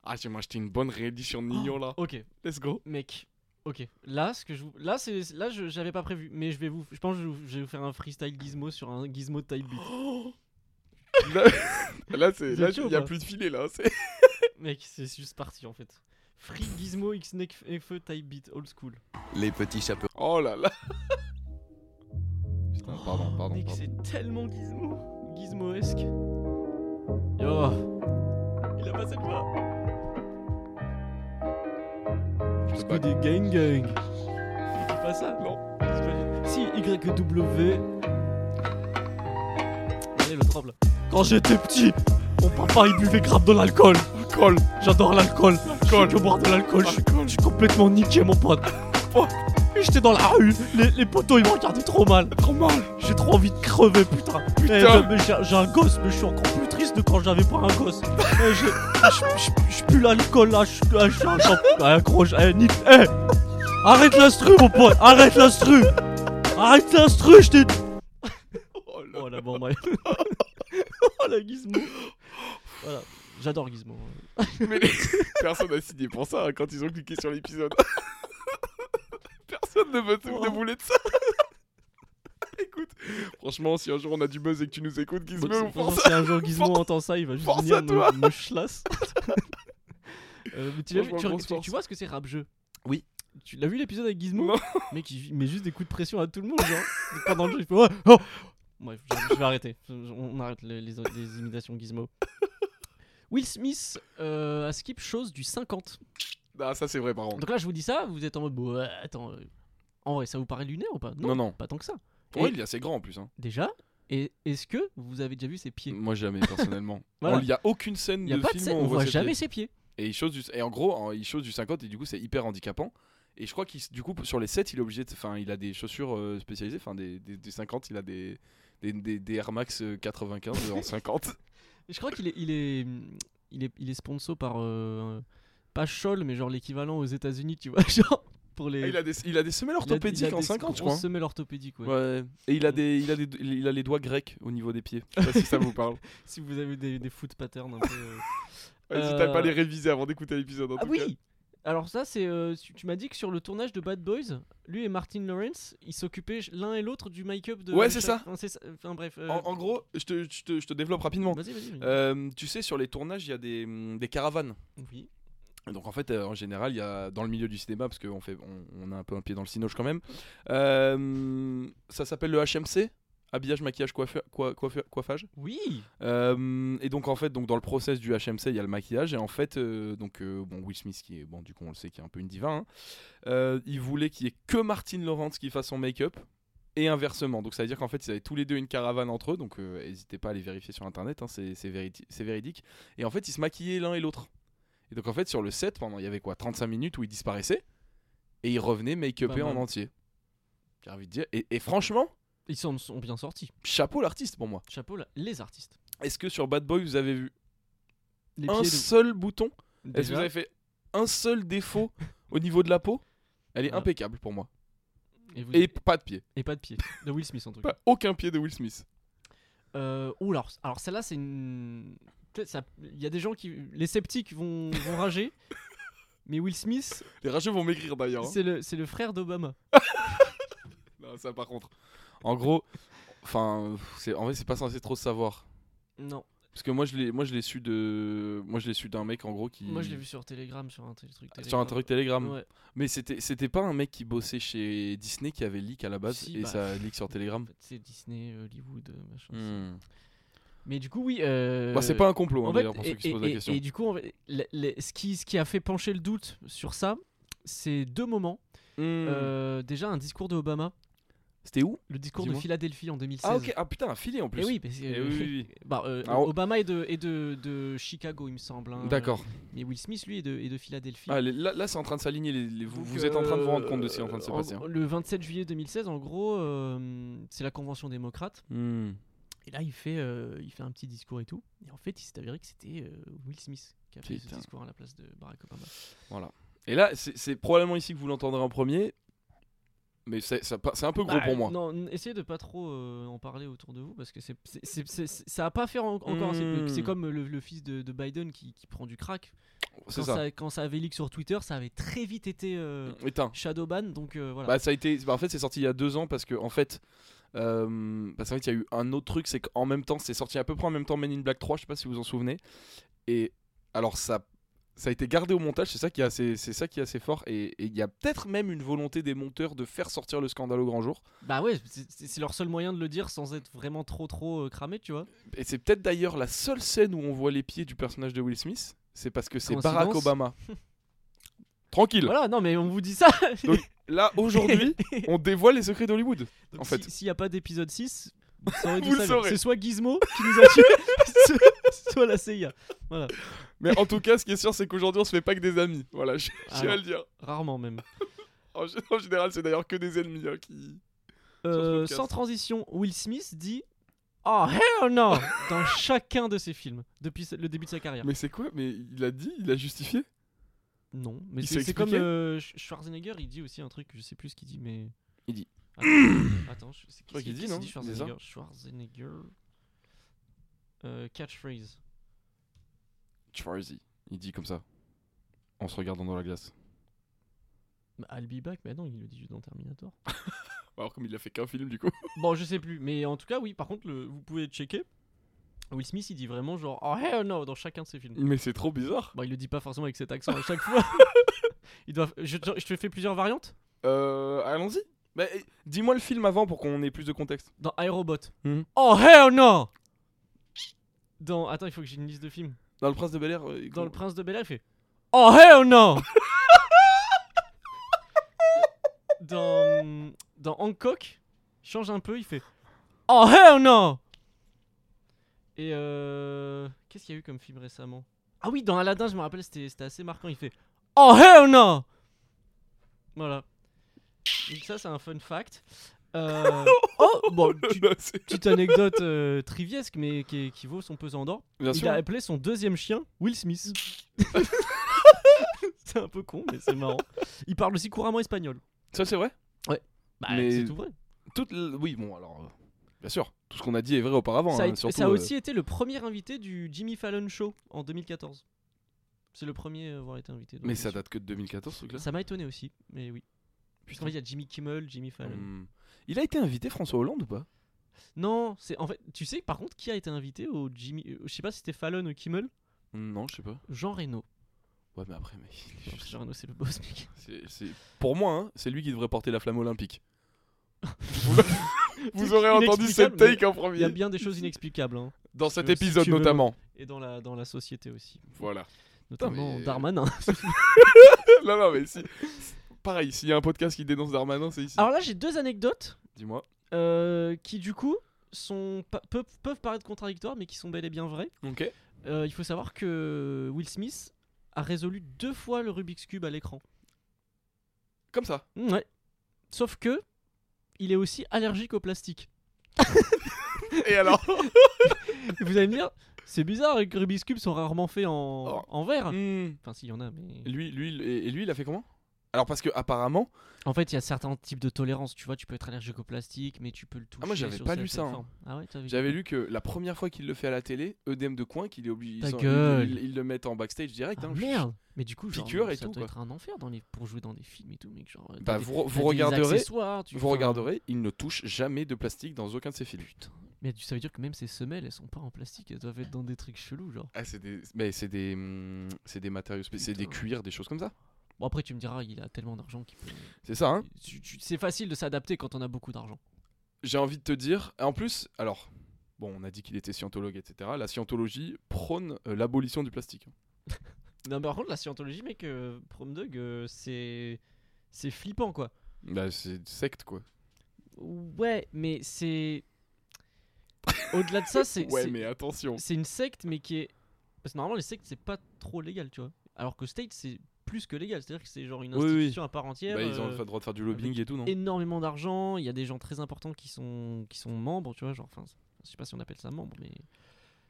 Speaker 2: Ah, j'ai acheté une bonne réédition de Nignon là.
Speaker 5: Ok,
Speaker 2: Let's go.
Speaker 5: mec. Ok. Là, ce que je vous... là, c'est là, je- j'avais pas prévu, mais je vais vous, je pense, que je vais vous- je vais vous faire un freestyle gizmo sur un gizmo type beat.
Speaker 8: Là, là, c'est,
Speaker 5: Vous
Speaker 8: là,
Speaker 5: êtes chaud
Speaker 8: il
Speaker 5: ou
Speaker 8: n'y a
Speaker 5: pas
Speaker 8: plus de filet là. hein, c'est-
Speaker 5: Mec, c'est juste parti en fait. Free Gizmo X E Neck et Feu Type Beat Old School.
Speaker 3: Les petits chapeaux.
Speaker 8: Oh là là.
Speaker 2: Putain, Ah, pardon,
Speaker 5: Oh,
Speaker 2: pardon.
Speaker 5: Mec,
Speaker 2: pardon.
Speaker 5: c'est tellement Gizmo. Gizmoesque. Yo. Il a passé quoi
Speaker 8: Je sais pas.
Speaker 5: des gang gang. Il dit pas ça Non. Si, YW. Allez, le trouble. Quand j'étais petit, mon papa il buvait grave de l'alcool. Alcool. J'adore l'alcool. Je fais que boire de l'alcool. Je suis- Je suis complètement niqué, mon pote. Oh, et J'étais dans la rue, les, les poteaux ils me regardaient trop mal. Trop mal. J'ai trop envie de crever, putain.
Speaker 8: Putain.
Speaker 5: Eh, j'ai- mais j'ai- J'ai un gosse, mais je suis encore plus triste de quand j'avais pas un gosse. Eh, j'ai- je- Je je pue l'alcool là, je je- je suis un champ- Ah, gros, je- eh, nique- eh Arrête l'instru, mon pote, arrête l'instru Arrête l'instru, je t'ai dit
Speaker 8: Oh là
Speaker 5: Oh la bande Oh la gizmo Voilà, j'adore gizmo. hein.
Speaker 8: Mais les- personne n'a signé pour ça hein, quand ils ont cliqué sur l'épisode. personne ne, veut,
Speaker 5: Oh.
Speaker 8: ne voulait de ça. Écoute, franchement, si un jour on a du buzz et que tu nous écoutes, Gizmo,
Speaker 5: Bon,
Speaker 8: pour
Speaker 5: c'est-
Speaker 8: ça.
Speaker 5: Si un jour Gizmo entend ça, il va juste
Speaker 8: Pense à
Speaker 5: venir
Speaker 8: toi.
Speaker 5: me, me chlasse. Euh, mais tu, l'as vu-
Speaker 8: Franchement,
Speaker 5: tu,
Speaker 8: grosse
Speaker 5: tu- tu
Speaker 8: force.
Speaker 5: vois ce que c'est rap jeu
Speaker 8: Oui.
Speaker 5: Tu l'as vu l'épisode avec Gizmo
Speaker 8: Non.
Speaker 5: Mec, il met juste des coups de pression à tout le monde. Genre. Pendant le jeu, il fait ouais, oh. Bref, je, je vais arrêter. Je- je- On arrête les, les- les imitations Gizmo. Will Smith euh, a skip chose du 50.
Speaker 8: Ah, ça c'est vrai, par contre.
Speaker 5: Donc là, je vous dis ça, vous êtes en mode ouais, attends. euh, En vrai, ça vous paraît lunaire ou pas
Speaker 2: Non, non.
Speaker 5: Pas tant que ça.
Speaker 2: Pour moi, il est assez grand en plus. hein.
Speaker 5: Déjà, et est-ce que vous avez déjà vu ses pieds
Speaker 2: Moi, jamais, personnellement.
Speaker 5: Voilà.
Speaker 2: On- Il n'y a aucune scène
Speaker 5: Il y a
Speaker 2: de
Speaker 5: pas de
Speaker 2: film
Speaker 5: scène,
Speaker 2: où
Speaker 5: on, voit
Speaker 2: ses
Speaker 5: jamais
Speaker 2: pieds.
Speaker 5: ses pieds.
Speaker 2: Et, il chose du... et en gros, en- il chose du 50 et du coup, c'est hyper handicapant. Et je crois qu'il, s- du coup, sur les 7, il est obligé de. Enfin, il a des chaussures euh, spécialisées. Enfin, des, des, des 50, il a des, des, des, des Air Max euh, 95 en 50.
Speaker 5: Je crois qu'il est, il est, hum, il est, il est sponsor par euh, pas Scholl, mais genre l'équivalent aux États-Unis, tu vois, genre pour les.
Speaker 2: Ah, il, a des, il a des semelles orthopédiques en 50, je crois.
Speaker 5: semelle orthopédique, ouais.
Speaker 2: Ouais. Et il a, des, il, a des, il a les doigts grecs au niveau des pieds. Je sais pas si ça vous parle.
Speaker 5: Si vous avez des, des foot patterns un peu. euh.
Speaker 8: N'hésite
Speaker 5: Euh,
Speaker 8: à pas les réviser avant d'écouter l'épisode. En
Speaker 5: ah
Speaker 8: tout cas.
Speaker 5: oui. Alors ça, c'est, euh, tu tu m'as dit que sur le tournage de Bad Boys, lui et Martin Lawrence, ils s'occupaient l'un et l'autre du make-up de.
Speaker 2: Ouais, c'est
Speaker 5: chaque-
Speaker 2: ça.
Speaker 5: Enfin, c'est ça. Enfin, bref. euh,
Speaker 2: En, en gros, je te, je te- je te développe rapidement.
Speaker 5: Vas-y, vas-y. vas-y.
Speaker 2: Euh, tu sais, sur les tournages, il y a des, des caravanes.
Speaker 5: Oui.
Speaker 2: Et Donc en fait, euh, en général, il y a dans le milieu du cinéma, parce qu'on fait, on, on a un peu un pied dans le cinoche quand même. euh, ça s'appelle le HMC, habillage, maquillage, coiffeur- coi- coiffeur- coiffage.
Speaker 5: Oui.
Speaker 2: Euh, et donc en fait, donc dans le process du HMC, il y a le maquillage. Et en fait, euh, donc euh, bon, Will Smith qui est, bon, du coup, on le sait, qui est un peu une diva. hein, euh, il voulait qu'il y ait que Martin Lawrence qui fasse son make-up. Et inversement, donc ça veut dire qu'en fait ils avaient tous les deux une caravane entre eux, donc euh, n'hésitez pas à les vérifier sur internet, hein, c'est c'est vériti- c'est véridique. Et en fait ils se maquillaient l'un et l'autre. Et donc en fait sur le set, pendant il y avait quoi 35 minutes où ils disparaissaient et ils revenaient make-upés
Speaker 5: Pas
Speaker 2: en
Speaker 5: mal.
Speaker 2: entier. J'ai envie de dire. Et, et franchement,
Speaker 5: Ils s'en sont bien sortis.
Speaker 2: chapeau l'artiste pour moi.
Speaker 5: Chapeau là, les artistes.
Speaker 2: Est-ce que sur Bad Boy vous avez vu
Speaker 5: Les
Speaker 2: un
Speaker 5: pieds de-
Speaker 2: seul bouton. Est-ce
Speaker 5: Déjà,
Speaker 2: que vous avez fait un seul défaut au niveau de la peau Elle est
Speaker 5: Voilà.
Speaker 2: impeccable pour moi.
Speaker 5: et, vous-
Speaker 2: Et pas de pied.
Speaker 5: et pas de pied. De Will Smith en tout cas.
Speaker 8: Pas aucun pied de Will Smith.
Speaker 5: Euh, ouh, alors, alors celle-là, c'est une. peut-être ça- Il y a des gens qui. Les sceptiques vont, vont rager. mais Will Smith,
Speaker 8: Les rageux vont maigrir
Speaker 2: Ah
Speaker 8: d'ailleurs. hein.
Speaker 5: c'est le, c'est le frère d'Obama.
Speaker 8: Non, ça par contre.
Speaker 2: En gros, enfin, pff, c'est- en vrai, c'est pas censé trop se savoir.
Speaker 5: Non,
Speaker 2: Parce que moi, je l'ai, moi, je l'ai su de, moi, je l'ai su d'un mec en gros qui, Ah,
Speaker 5: moi je l'ai vu sur Telegram, sur un tel- truc.
Speaker 2: sur un truc Telegram.
Speaker 5: Ouais.
Speaker 2: Mais c'était, c'était pas un mec qui bossait chez Disney qui avait leak à la base
Speaker 5: Si,
Speaker 2: et
Speaker 5: bah.
Speaker 2: ça leak sur Telegram.
Speaker 5: En fait, c'est Disney, Hollywood, euh, machin.
Speaker 2: Hmm.
Speaker 5: Mais du coup, oui. euh,
Speaker 2: Bah, c'est pas un complot hein,
Speaker 5: en fait,
Speaker 2: d'ailleurs pour
Speaker 5: et,
Speaker 2: ceux qui
Speaker 5: et-
Speaker 2: se posent la
Speaker 5: et-
Speaker 2: question.
Speaker 5: et du coup, en fait, les- les- ce, qui, ce qui a fait pencher le doute sur ça, c'est deux moments.
Speaker 2: Hmm.
Speaker 5: Euh, déjà, un discours de Obama,
Speaker 2: C'était où
Speaker 5: le discours de
Speaker 2: Dis-moi.
Speaker 5: Philadelphie en 2016.
Speaker 2: Ah ok, ah putain, un filet en plus.
Speaker 5: Et oui, parce que-
Speaker 2: Eh oui, oui, oui.
Speaker 5: Bah, euh,
Speaker 2: Ah, oh.
Speaker 5: Obama est de, est de, de Chicago, il me semble. hein.
Speaker 2: D'accord.
Speaker 5: Mais Will Smith, lui, est de, est de Philadelphie.
Speaker 2: Ah, les- là, là, c'est en train de s'aligner. les- les- vous
Speaker 5: Donc,
Speaker 2: vous êtes en train de vous rendre
Speaker 5: euh,
Speaker 2: compte de ce qui est en train de se
Speaker 5: en-
Speaker 2: passer. hein.
Speaker 5: Le 27 juillet 2016, en gros, euh, c'est la convention démocrate.
Speaker 2: Hmm.
Speaker 5: Et là, il fait, euh, il fait un petit discours et tout. Et en fait, il s'est avéré que c'était euh, Will Smith qui a fait
Speaker 2: Putain.
Speaker 5: ce discours à la place de Barack Obama.
Speaker 2: Et là, c'est c'est probablement ici que vous l'entendrez en premier. Mais c'est ça pa- c'est un peu gros
Speaker 5: Bah,
Speaker 2: pour moi.
Speaker 5: Non, n- essayez de pas trop euh, en parler autour de vous parce que c'est, c'est- c'est- c'est- c'est- ça a pas fait en- encore. assez-
Speaker 2: Mm.
Speaker 5: C'est comme le, le fils de, de Biden qui, qui prend du crack.
Speaker 2: C'est ça.
Speaker 5: Quand
Speaker 2: Hmm.
Speaker 5: ça. quand ça avait leak sur Twitter, ça avait très vite été euh,
Speaker 2: Éteint.
Speaker 5: Shadowban, donc euh, voilà.
Speaker 2: Bah, ça a été. bah, en fait, c'est sorti il y a deux ans parce que en fait, Euh, parce qu'en fait, il y a eu un autre truc, c'est qu'en même temps, c'est sorti à peu près en même temps Men in Black 3, je sais pas si vous vous en souvenez. Et alors, ça, ça a été gardé au montage, c'est ça qui est assez, c'est ça qui est assez fort. Et et il y a peut-être même une volonté des monteurs de faire sortir le scandale au grand jour.
Speaker 5: Bah ouais, c'est- c'est c'est leur seul moyen de le dire sans être vraiment trop trop euh, cramé, tu vois.
Speaker 2: Et c'est peut-être d'ailleurs la seule scène où on voit les pieds du personnage de Will Smith, c'est parce que c'est
Speaker 5: Coïncidence
Speaker 2: Barack Obama. Tranquille.
Speaker 5: Voilà, non mais on vous dit ça.
Speaker 2: Donc, Là, aujourd'hui, on dévoile les secrets d'Hollywood.
Speaker 5: Donc,
Speaker 2: en fait.
Speaker 5: si- s'il n'y a pas d'épisode 6, ça aurait dû
Speaker 2: Vous le
Speaker 5: ça,
Speaker 2: saurez.
Speaker 5: C'est soit Gizmo qui nous a tués, soit, soit la CIA. Voilà,
Speaker 2: Mais en tout cas, ce qui est sûr, c'est qu'aujourd'hui, on se fait pas que des amis. Voilà, je je
Speaker 5: Ah
Speaker 2: tiens à
Speaker 5: non.
Speaker 2: le dire.
Speaker 5: rarement même.
Speaker 2: En, gé- en général, c'est d'ailleurs que des ennemis hein, qui.
Speaker 5: Euh,
Speaker 2: podcast.
Speaker 5: sans transition, Will Smith dit Oh hell no dans chacun de ses films depuis le début de sa carrière.
Speaker 2: Mais c'est quoi Mais il a dit, il a justifié
Speaker 5: Non, mais
Speaker 2: Il
Speaker 5: c'est
Speaker 2: s'est
Speaker 5: c'est comme
Speaker 2: expliqué
Speaker 5: euh, Sch- Schwarzenegger, il dit aussi un truc, je sais plus ce qu'il dit, mais.
Speaker 2: Il dit.
Speaker 5: Attends, attends, je- c'est qui
Speaker 2: crois
Speaker 5: c'est
Speaker 2: qu'il
Speaker 5: qui
Speaker 2: dit,
Speaker 5: qui
Speaker 2: non
Speaker 5: dit
Speaker 2: Il dit ça
Speaker 5: Schwarzenegger. Schwarzenegger. Euh, catchphrase.
Speaker 2: Charzy. Il dit comme ça. En se regardant dans la glace.
Speaker 5: Bah, I'll be back, mais non, il le dit juste dans Terminator.
Speaker 2: Bah, Alors, comme il a fait qu'un film, du coup.
Speaker 5: Bon, je sais plus, mais en tout cas, oui, par contre, le- vous pouvez checker. Will Smith, il dit vraiment genre Oh hell no dans chacun de ses films.
Speaker 2: Mais c'est trop bizarre.
Speaker 5: Bon, il le dit pas forcément avec cet accent à chaque fois. Ils doivent... je, te- je te fais plusieurs variantes
Speaker 2: Euh, allons-y. Bah, eh, dis-moi le film avant pour qu'on ait plus de contexte.
Speaker 5: Dans Aerobot.
Speaker 2: Mhm.
Speaker 5: Oh hell no Dans. Attends, il faut que j'ai une liste de films.
Speaker 2: Dans Le Prince de euh, Bel Air.
Speaker 5: Dans Le Prince de Bel Air, il fait Oh hell no Dans. Dans Hancock, il change un peu, il fait Oh hell no Et euh. Qu'est-ce qu'il y a eu comme film récemment Ah oui, dans Aladdin, je me rappelle, c'était c'était assez marquant, il fait Oh hell no Voilà. Donc, ça, c'est un fun fact. Euh, oh, bon, tu- petite anecdote euh, triviesque, mais qui, est- qui vaut son pesant d'or.
Speaker 2: Bien
Speaker 5: Il
Speaker 2: sûr.
Speaker 5: a appelé son deuxième chien Will Smith. c'est un peu con, mais c'est marrant. Il parle aussi couramment espagnol.
Speaker 2: Ça, c'est vrai
Speaker 5: Bah,
Speaker 2: Mais-
Speaker 5: c'est tout vrai.
Speaker 2: Toute l- Oui, bon, alors. euh, Bien sûr. Tout ce qu'on a dit est vrai auparavant.
Speaker 5: ça, a,
Speaker 2: hein,
Speaker 5: été-
Speaker 2: surtout,
Speaker 5: ça a
Speaker 2: euh,
Speaker 5: aussi été le premier invité du Jimmy Fallon Show en 2014. C'est le premier à avoir été invité. donc
Speaker 2: Mais
Speaker 5: bien
Speaker 2: ça
Speaker 5: sûr.
Speaker 2: date que de 2014, ce truc-là.
Speaker 5: Ça m'a étonné aussi, mais oui. Parce qu'en fait, il y a Jimmy Kimmel, Jimmy Fallon.
Speaker 2: Hum. Il a été invité François Hollande ou pas
Speaker 5: Non, c'est en fait, tu sais par contre qui a été invité au Jimmy, euh, je sais pas si c'était Fallon ou Kimmel,
Speaker 2: Non, je sais pas.
Speaker 5: Jean Reno.
Speaker 2: Ouais, mais après, mec. il est juste-
Speaker 5: Jean Reno, c'est le boss mec.
Speaker 2: c'est- c'est- Pour moi, hein, c'est lui qui devrait porter la flamme olympique.
Speaker 9: Vous aurez entendu cette
Speaker 5: Inexplicable, mais
Speaker 9: take en
Speaker 5: Il y a
Speaker 9: premier.
Speaker 5: bien des choses inexplicables hein,
Speaker 2: Dans
Speaker 5: Parce
Speaker 2: cet
Speaker 5: que si
Speaker 2: épisode
Speaker 5: tu veux-
Speaker 2: notamment.
Speaker 5: et dans la dans la société aussi.
Speaker 9: Voilà.
Speaker 5: Notamment
Speaker 2: mais-
Speaker 5: Darmanin.
Speaker 9: Non, non, mais si. Pareil, s'il y a un podcast qui dénonce Darmanin, c'est ici.
Speaker 5: Alors là, j'ai deux anecdotes
Speaker 2: Dis-moi.
Speaker 5: euh, qui, du coup, sont pa- peuvent, peuvent paraître contradictoires, mais qui sont bel et bien vraies.
Speaker 2: Ok.
Speaker 5: Euh, il faut savoir que Will Smith a résolu deux fois le Rubik's Cube à l'écran.
Speaker 2: Comme ça.
Speaker 5: Mm, Ouais. Sauf que, il est aussi allergique au plastique.
Speaker 9: Et alors
Speaker 5: Et Vous allez me dire, c'est bizarre, les Rubik's Cube sont rarement faits en,
Speaker 2: Oh.
Speaker 5: en verre.
Speaker 2: Hmm.
Speaker 5: Enfin, s'il y en a, mais.
Speaker 2: Lui, lui, il- et et lui, il a fait comment Alors parce que apparemment,
Speaker 5: En fait, il y a certains types de tolérances. Tu vois, tu peux être allergique au plastique, mais tu peux le toucher.
Speaker 2: Ah, moi, j'avais
Speaker 5: sur
Speaker 2: pas
Speaker 5: sa
Speaker 2: lu ça, hein.
Speaker 5: forme. Ah ouais, t'avais-
Speaker 2: j'avais lu que la première fois qu'il le fait à la télé, EDM de coin, qu'il est obligé,
Speaker 5: Ta
Speaker 2: ils sont-
Speaker 5: gueule.
Speaker 2: ils, ils- ils le mettent en backstage direct.
Speaker 5: Ah,
Speaker 2: hein.
Speaker 5: merde Mais du coup, genre,
Speaker 2: Piqûre et
Speaker 5: ça
Speaker 2: tout,
Speaker 5: doit
Speaker 2: quoi.
Speaker 5: être un enfer dans les... pour jouer dans des films et tout, mec. Genre, euh,
Speaker 2: Bah
Speaker 5: t'as des-
Speaker 2: vous,
Speaker 5: t'as
Speaker 2: vous
Speaker 5: des
Speaker 2: regarderez,
Speaker 5: accessoires, tu-
Speaker 2: vous
Speaker 5: enfin,
Speaker 2: regarderez, il ne touche jamais de plastique dans aucun de ses films.
Speaker 5: Mais tu- ça veut dire que même ces semelles, elles sont pas en plastique, elles doivent être dans des trucs chelous, genre.
Speaker 2: Ah, c'est des, mais c'est des, hum, c'est des matériaux spéciaux, c'est des
Speaker 5: Putain.
Speaker 2: cuirs, des choses comme ça.
Speaker 5: Bon, après, tu me diras, il a tellement d'argent qu'il peut.
Speaker 2: C'est ça, hein
Speaker 5: Tu- tu- C'est facile de s'adapter quand on a beaucoup d'argent.
Speaker 2: j'ai envie de te dire, en plus, alors, bon, on a dit qu'il était scientologue, etc. La scientologie prône euh, l'abolition du plastique.
Speaker 5: Non, mais par contre, la scientologie, mec, euh, Prom Dog, euh, c'est. C'est flippant, quoi.
Speaker 2: Bah, c'est une secte, quoi.
Speaker 5: Ouais, mais c'est. Au-delà de ça, c'est.
Speaker 9: Ouais,
Speaker 5: c'est-
Speaker 9: mais attention.
Speaker 5: c'est une secte mais qui est parce que normalement les sectes c'est pas trop légal tu vois alors que state c'est plus que légal c'est à dire que c'est genre une
Speaker 2: Oui, oui.
Speaker 5: institution à part entière
Speaker 2: Bah, ils ont
Speaker 5: euh,
Speaker 2: le droit de faire du lobbying et tout, non
Speaker 5: énormément d'argent il y a des gens très importants qui sont qui sont membres tu vois genre enfin je sais pas si on appelle ça membre mais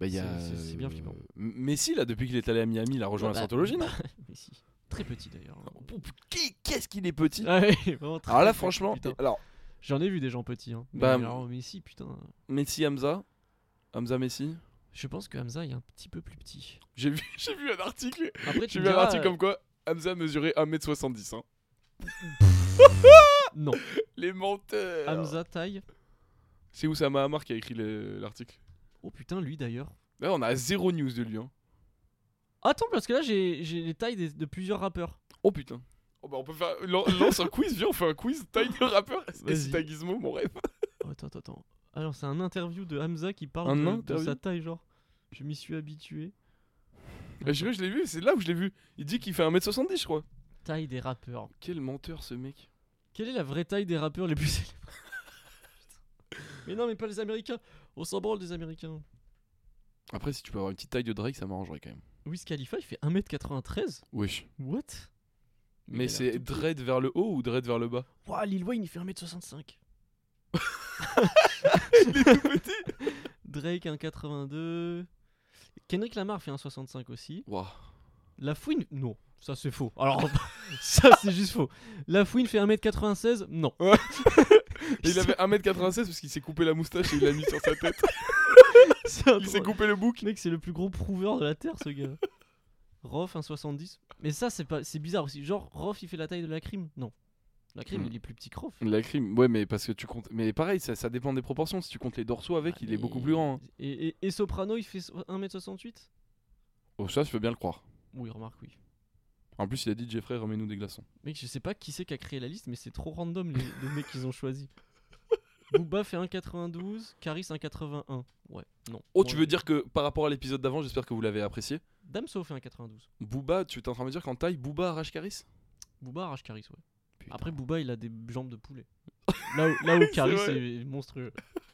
Speaker 2: Bah, il y a,
Speaker 5: c'est- c'est- c'est bien
Speaker 2: euh,
Speaker 5: flippant.
Speaker 2: M- Mais si, là, depuis qu'il est allé à Miami, il a rejoint
Speaker 5: Ouais,
Speaker 2: la
Speaker 5: bah,
Speaker 2: scientologie, non
Speaker 5: mais si très petit d'ailleurs
Speaker 2: Oh, putain, qui- Qu'est-ce qu'il est petit
Speaker 5: Ah ouais, vraiment très
Speaker 2: Alors là,
Speaker 5: petit,
Speaker 2: franchement,
Speaker 5: putain.
Speaker 2: alors,
Speaker 5: j'en ai vu des gens petits hein. mais,
Speaker 2: Bah,
Speaker 5: alors, mais si putain
Speaker 2: Messi Hamza, Hamza Messi,
Speaker 5: je pense que Hamza est un petit peu plus petit
Speaker 9: J'ai vu, j'ai vu un article.
Speaker 5: après tu
Speaker 9: J'ai
Speaker 5: me
Speaker 9: vu un
Speaker 5: diras,
Speaker 9: article comme quoi Hamza mesurait 1m70. Hein.
Speaker 5: non
Speaker 9: Les menteurs.
Speaker 5: Hamza taille
Speaker 2: C'est Oussama Hamar qui a écrit le- l'article.
Speaker 5: Oh putain, lui d'ailleurs.
Speaker 2: Là, on a zéro news de lui. hein.
Speaker 5: Attends, parce que là j'ai j'ai les tailles des- de plusieurs rappeurs.
Speaker 2: Oh putain. Oh, bah, on peut faire. lan- Lance un quiz, viens, on fait un quiz. Taille de rappeur. Et si
Speaker 5: Vas-y.
Speaker 2: t'as Gizmo, mon rêve.
Speaker 5: Oh, attends, attends, attends. Alors, c'est un interview de Hamza qui parle
Speaker 2: Un
Speaker 5: de- de,
Speaker 2: interview
Speaker 5: sa taille, genre. Je m'y suis habitué.
Speaker 2: Ah, Je, je l'ai vu, c'est là où je l'ai vu. Il dit qu'il fait 1m70, je crois.
Speaker 5: Taille des rappeurs.
Speaker 2: Quel menteur ce mec.
Speaker 5: Quelle est la vraie taille des rappeurs les plus célèbres Mais non, mais pas les Américains. On s'en branle des Américains.
Speaker 2: Après, si tu peux avoir une petite taille de Drake, ça m'arrangerait quand même.
Speaker 5: Wiz Khalifa, il fait 1m93
Speaker 2: Wesh.
Speaker 5: What
Speaker 2: Mais c'est dread vers le haut ou dread vers le bas
Speaker 5: Ouah, Lil Wayne, il fait 1m65. il est tout petit Drake, 1,82. Kendrick Lamar fait 1,65 aussi.
Speaker 2: Waouh.
Speaker 5: La Fouine Non, ça c'est faux. Alors, ça c'est juste faux. La Fouine fait 1m96 Non.
Speaker 2: Et Il avait 1m96 parce qu'il s'est coupé la moustache et il l'a mis sur sa tête.
Speaker 5: C'est un
Speaker 2: Il s'est
Speaker 5: drôle.
Speaker 2: coupé le bouc.
Speaker 5: Mec, c'est le plus gros prouveur de la Terre, ce gars. Rof, 1,70. Mais ça, c'est pas, c'est bizarre aussi. Genre, Rof, il fait la taille de la crime Non. La crime,
Speaker 2: Hmm.
Speaker 5: il est plus petit que Rof.
Speaker 2: La crime, ouais, mais parce que tu comptes. Mais pareil, ça, ça dépend des proportions. Si tu comptes les dorsaux avec, il est
Speaker 5: Mais-
Speaker 2: beaucoup plus grand. hein.
Speaker 5: Et, et- et Soprano, il fait so- 1m68
Speaker 2: Oh, ça, je veux bien le croire.
Speaker 5: Oui, remarque, oui.
Speaker 2: En plus, il a dit Jeffrey, remets-nous des glaçons.
Speaker 5: Mec, je sais pas qui c'est qui a créé la liste, mais c'est trop random les, les mecs qu'ils ont choisis. Booba fait 1,92, Caris 1,81. Ouais, non.
Speaker 2: Oh, tu
Speaker 5: Ouais.
Speaker 2: veux dire que par rapport à l'épisode d'avant, j'espère que vous l'avez apprécié.
Speaker 5: Damso fait 1,92.
Speaker 2: Booba, tu t'es en train de me dire qu'en taille, Booba arrache Caris
Speaker 5: Booba arrache Caris, ouais.
Speaker 2: Putain.
Speaker 5: Après, Booba, il a des jambes de poulet. Là où, là où Caris
Speaker 2: vrai.
Speaker 5: est, monstrueux.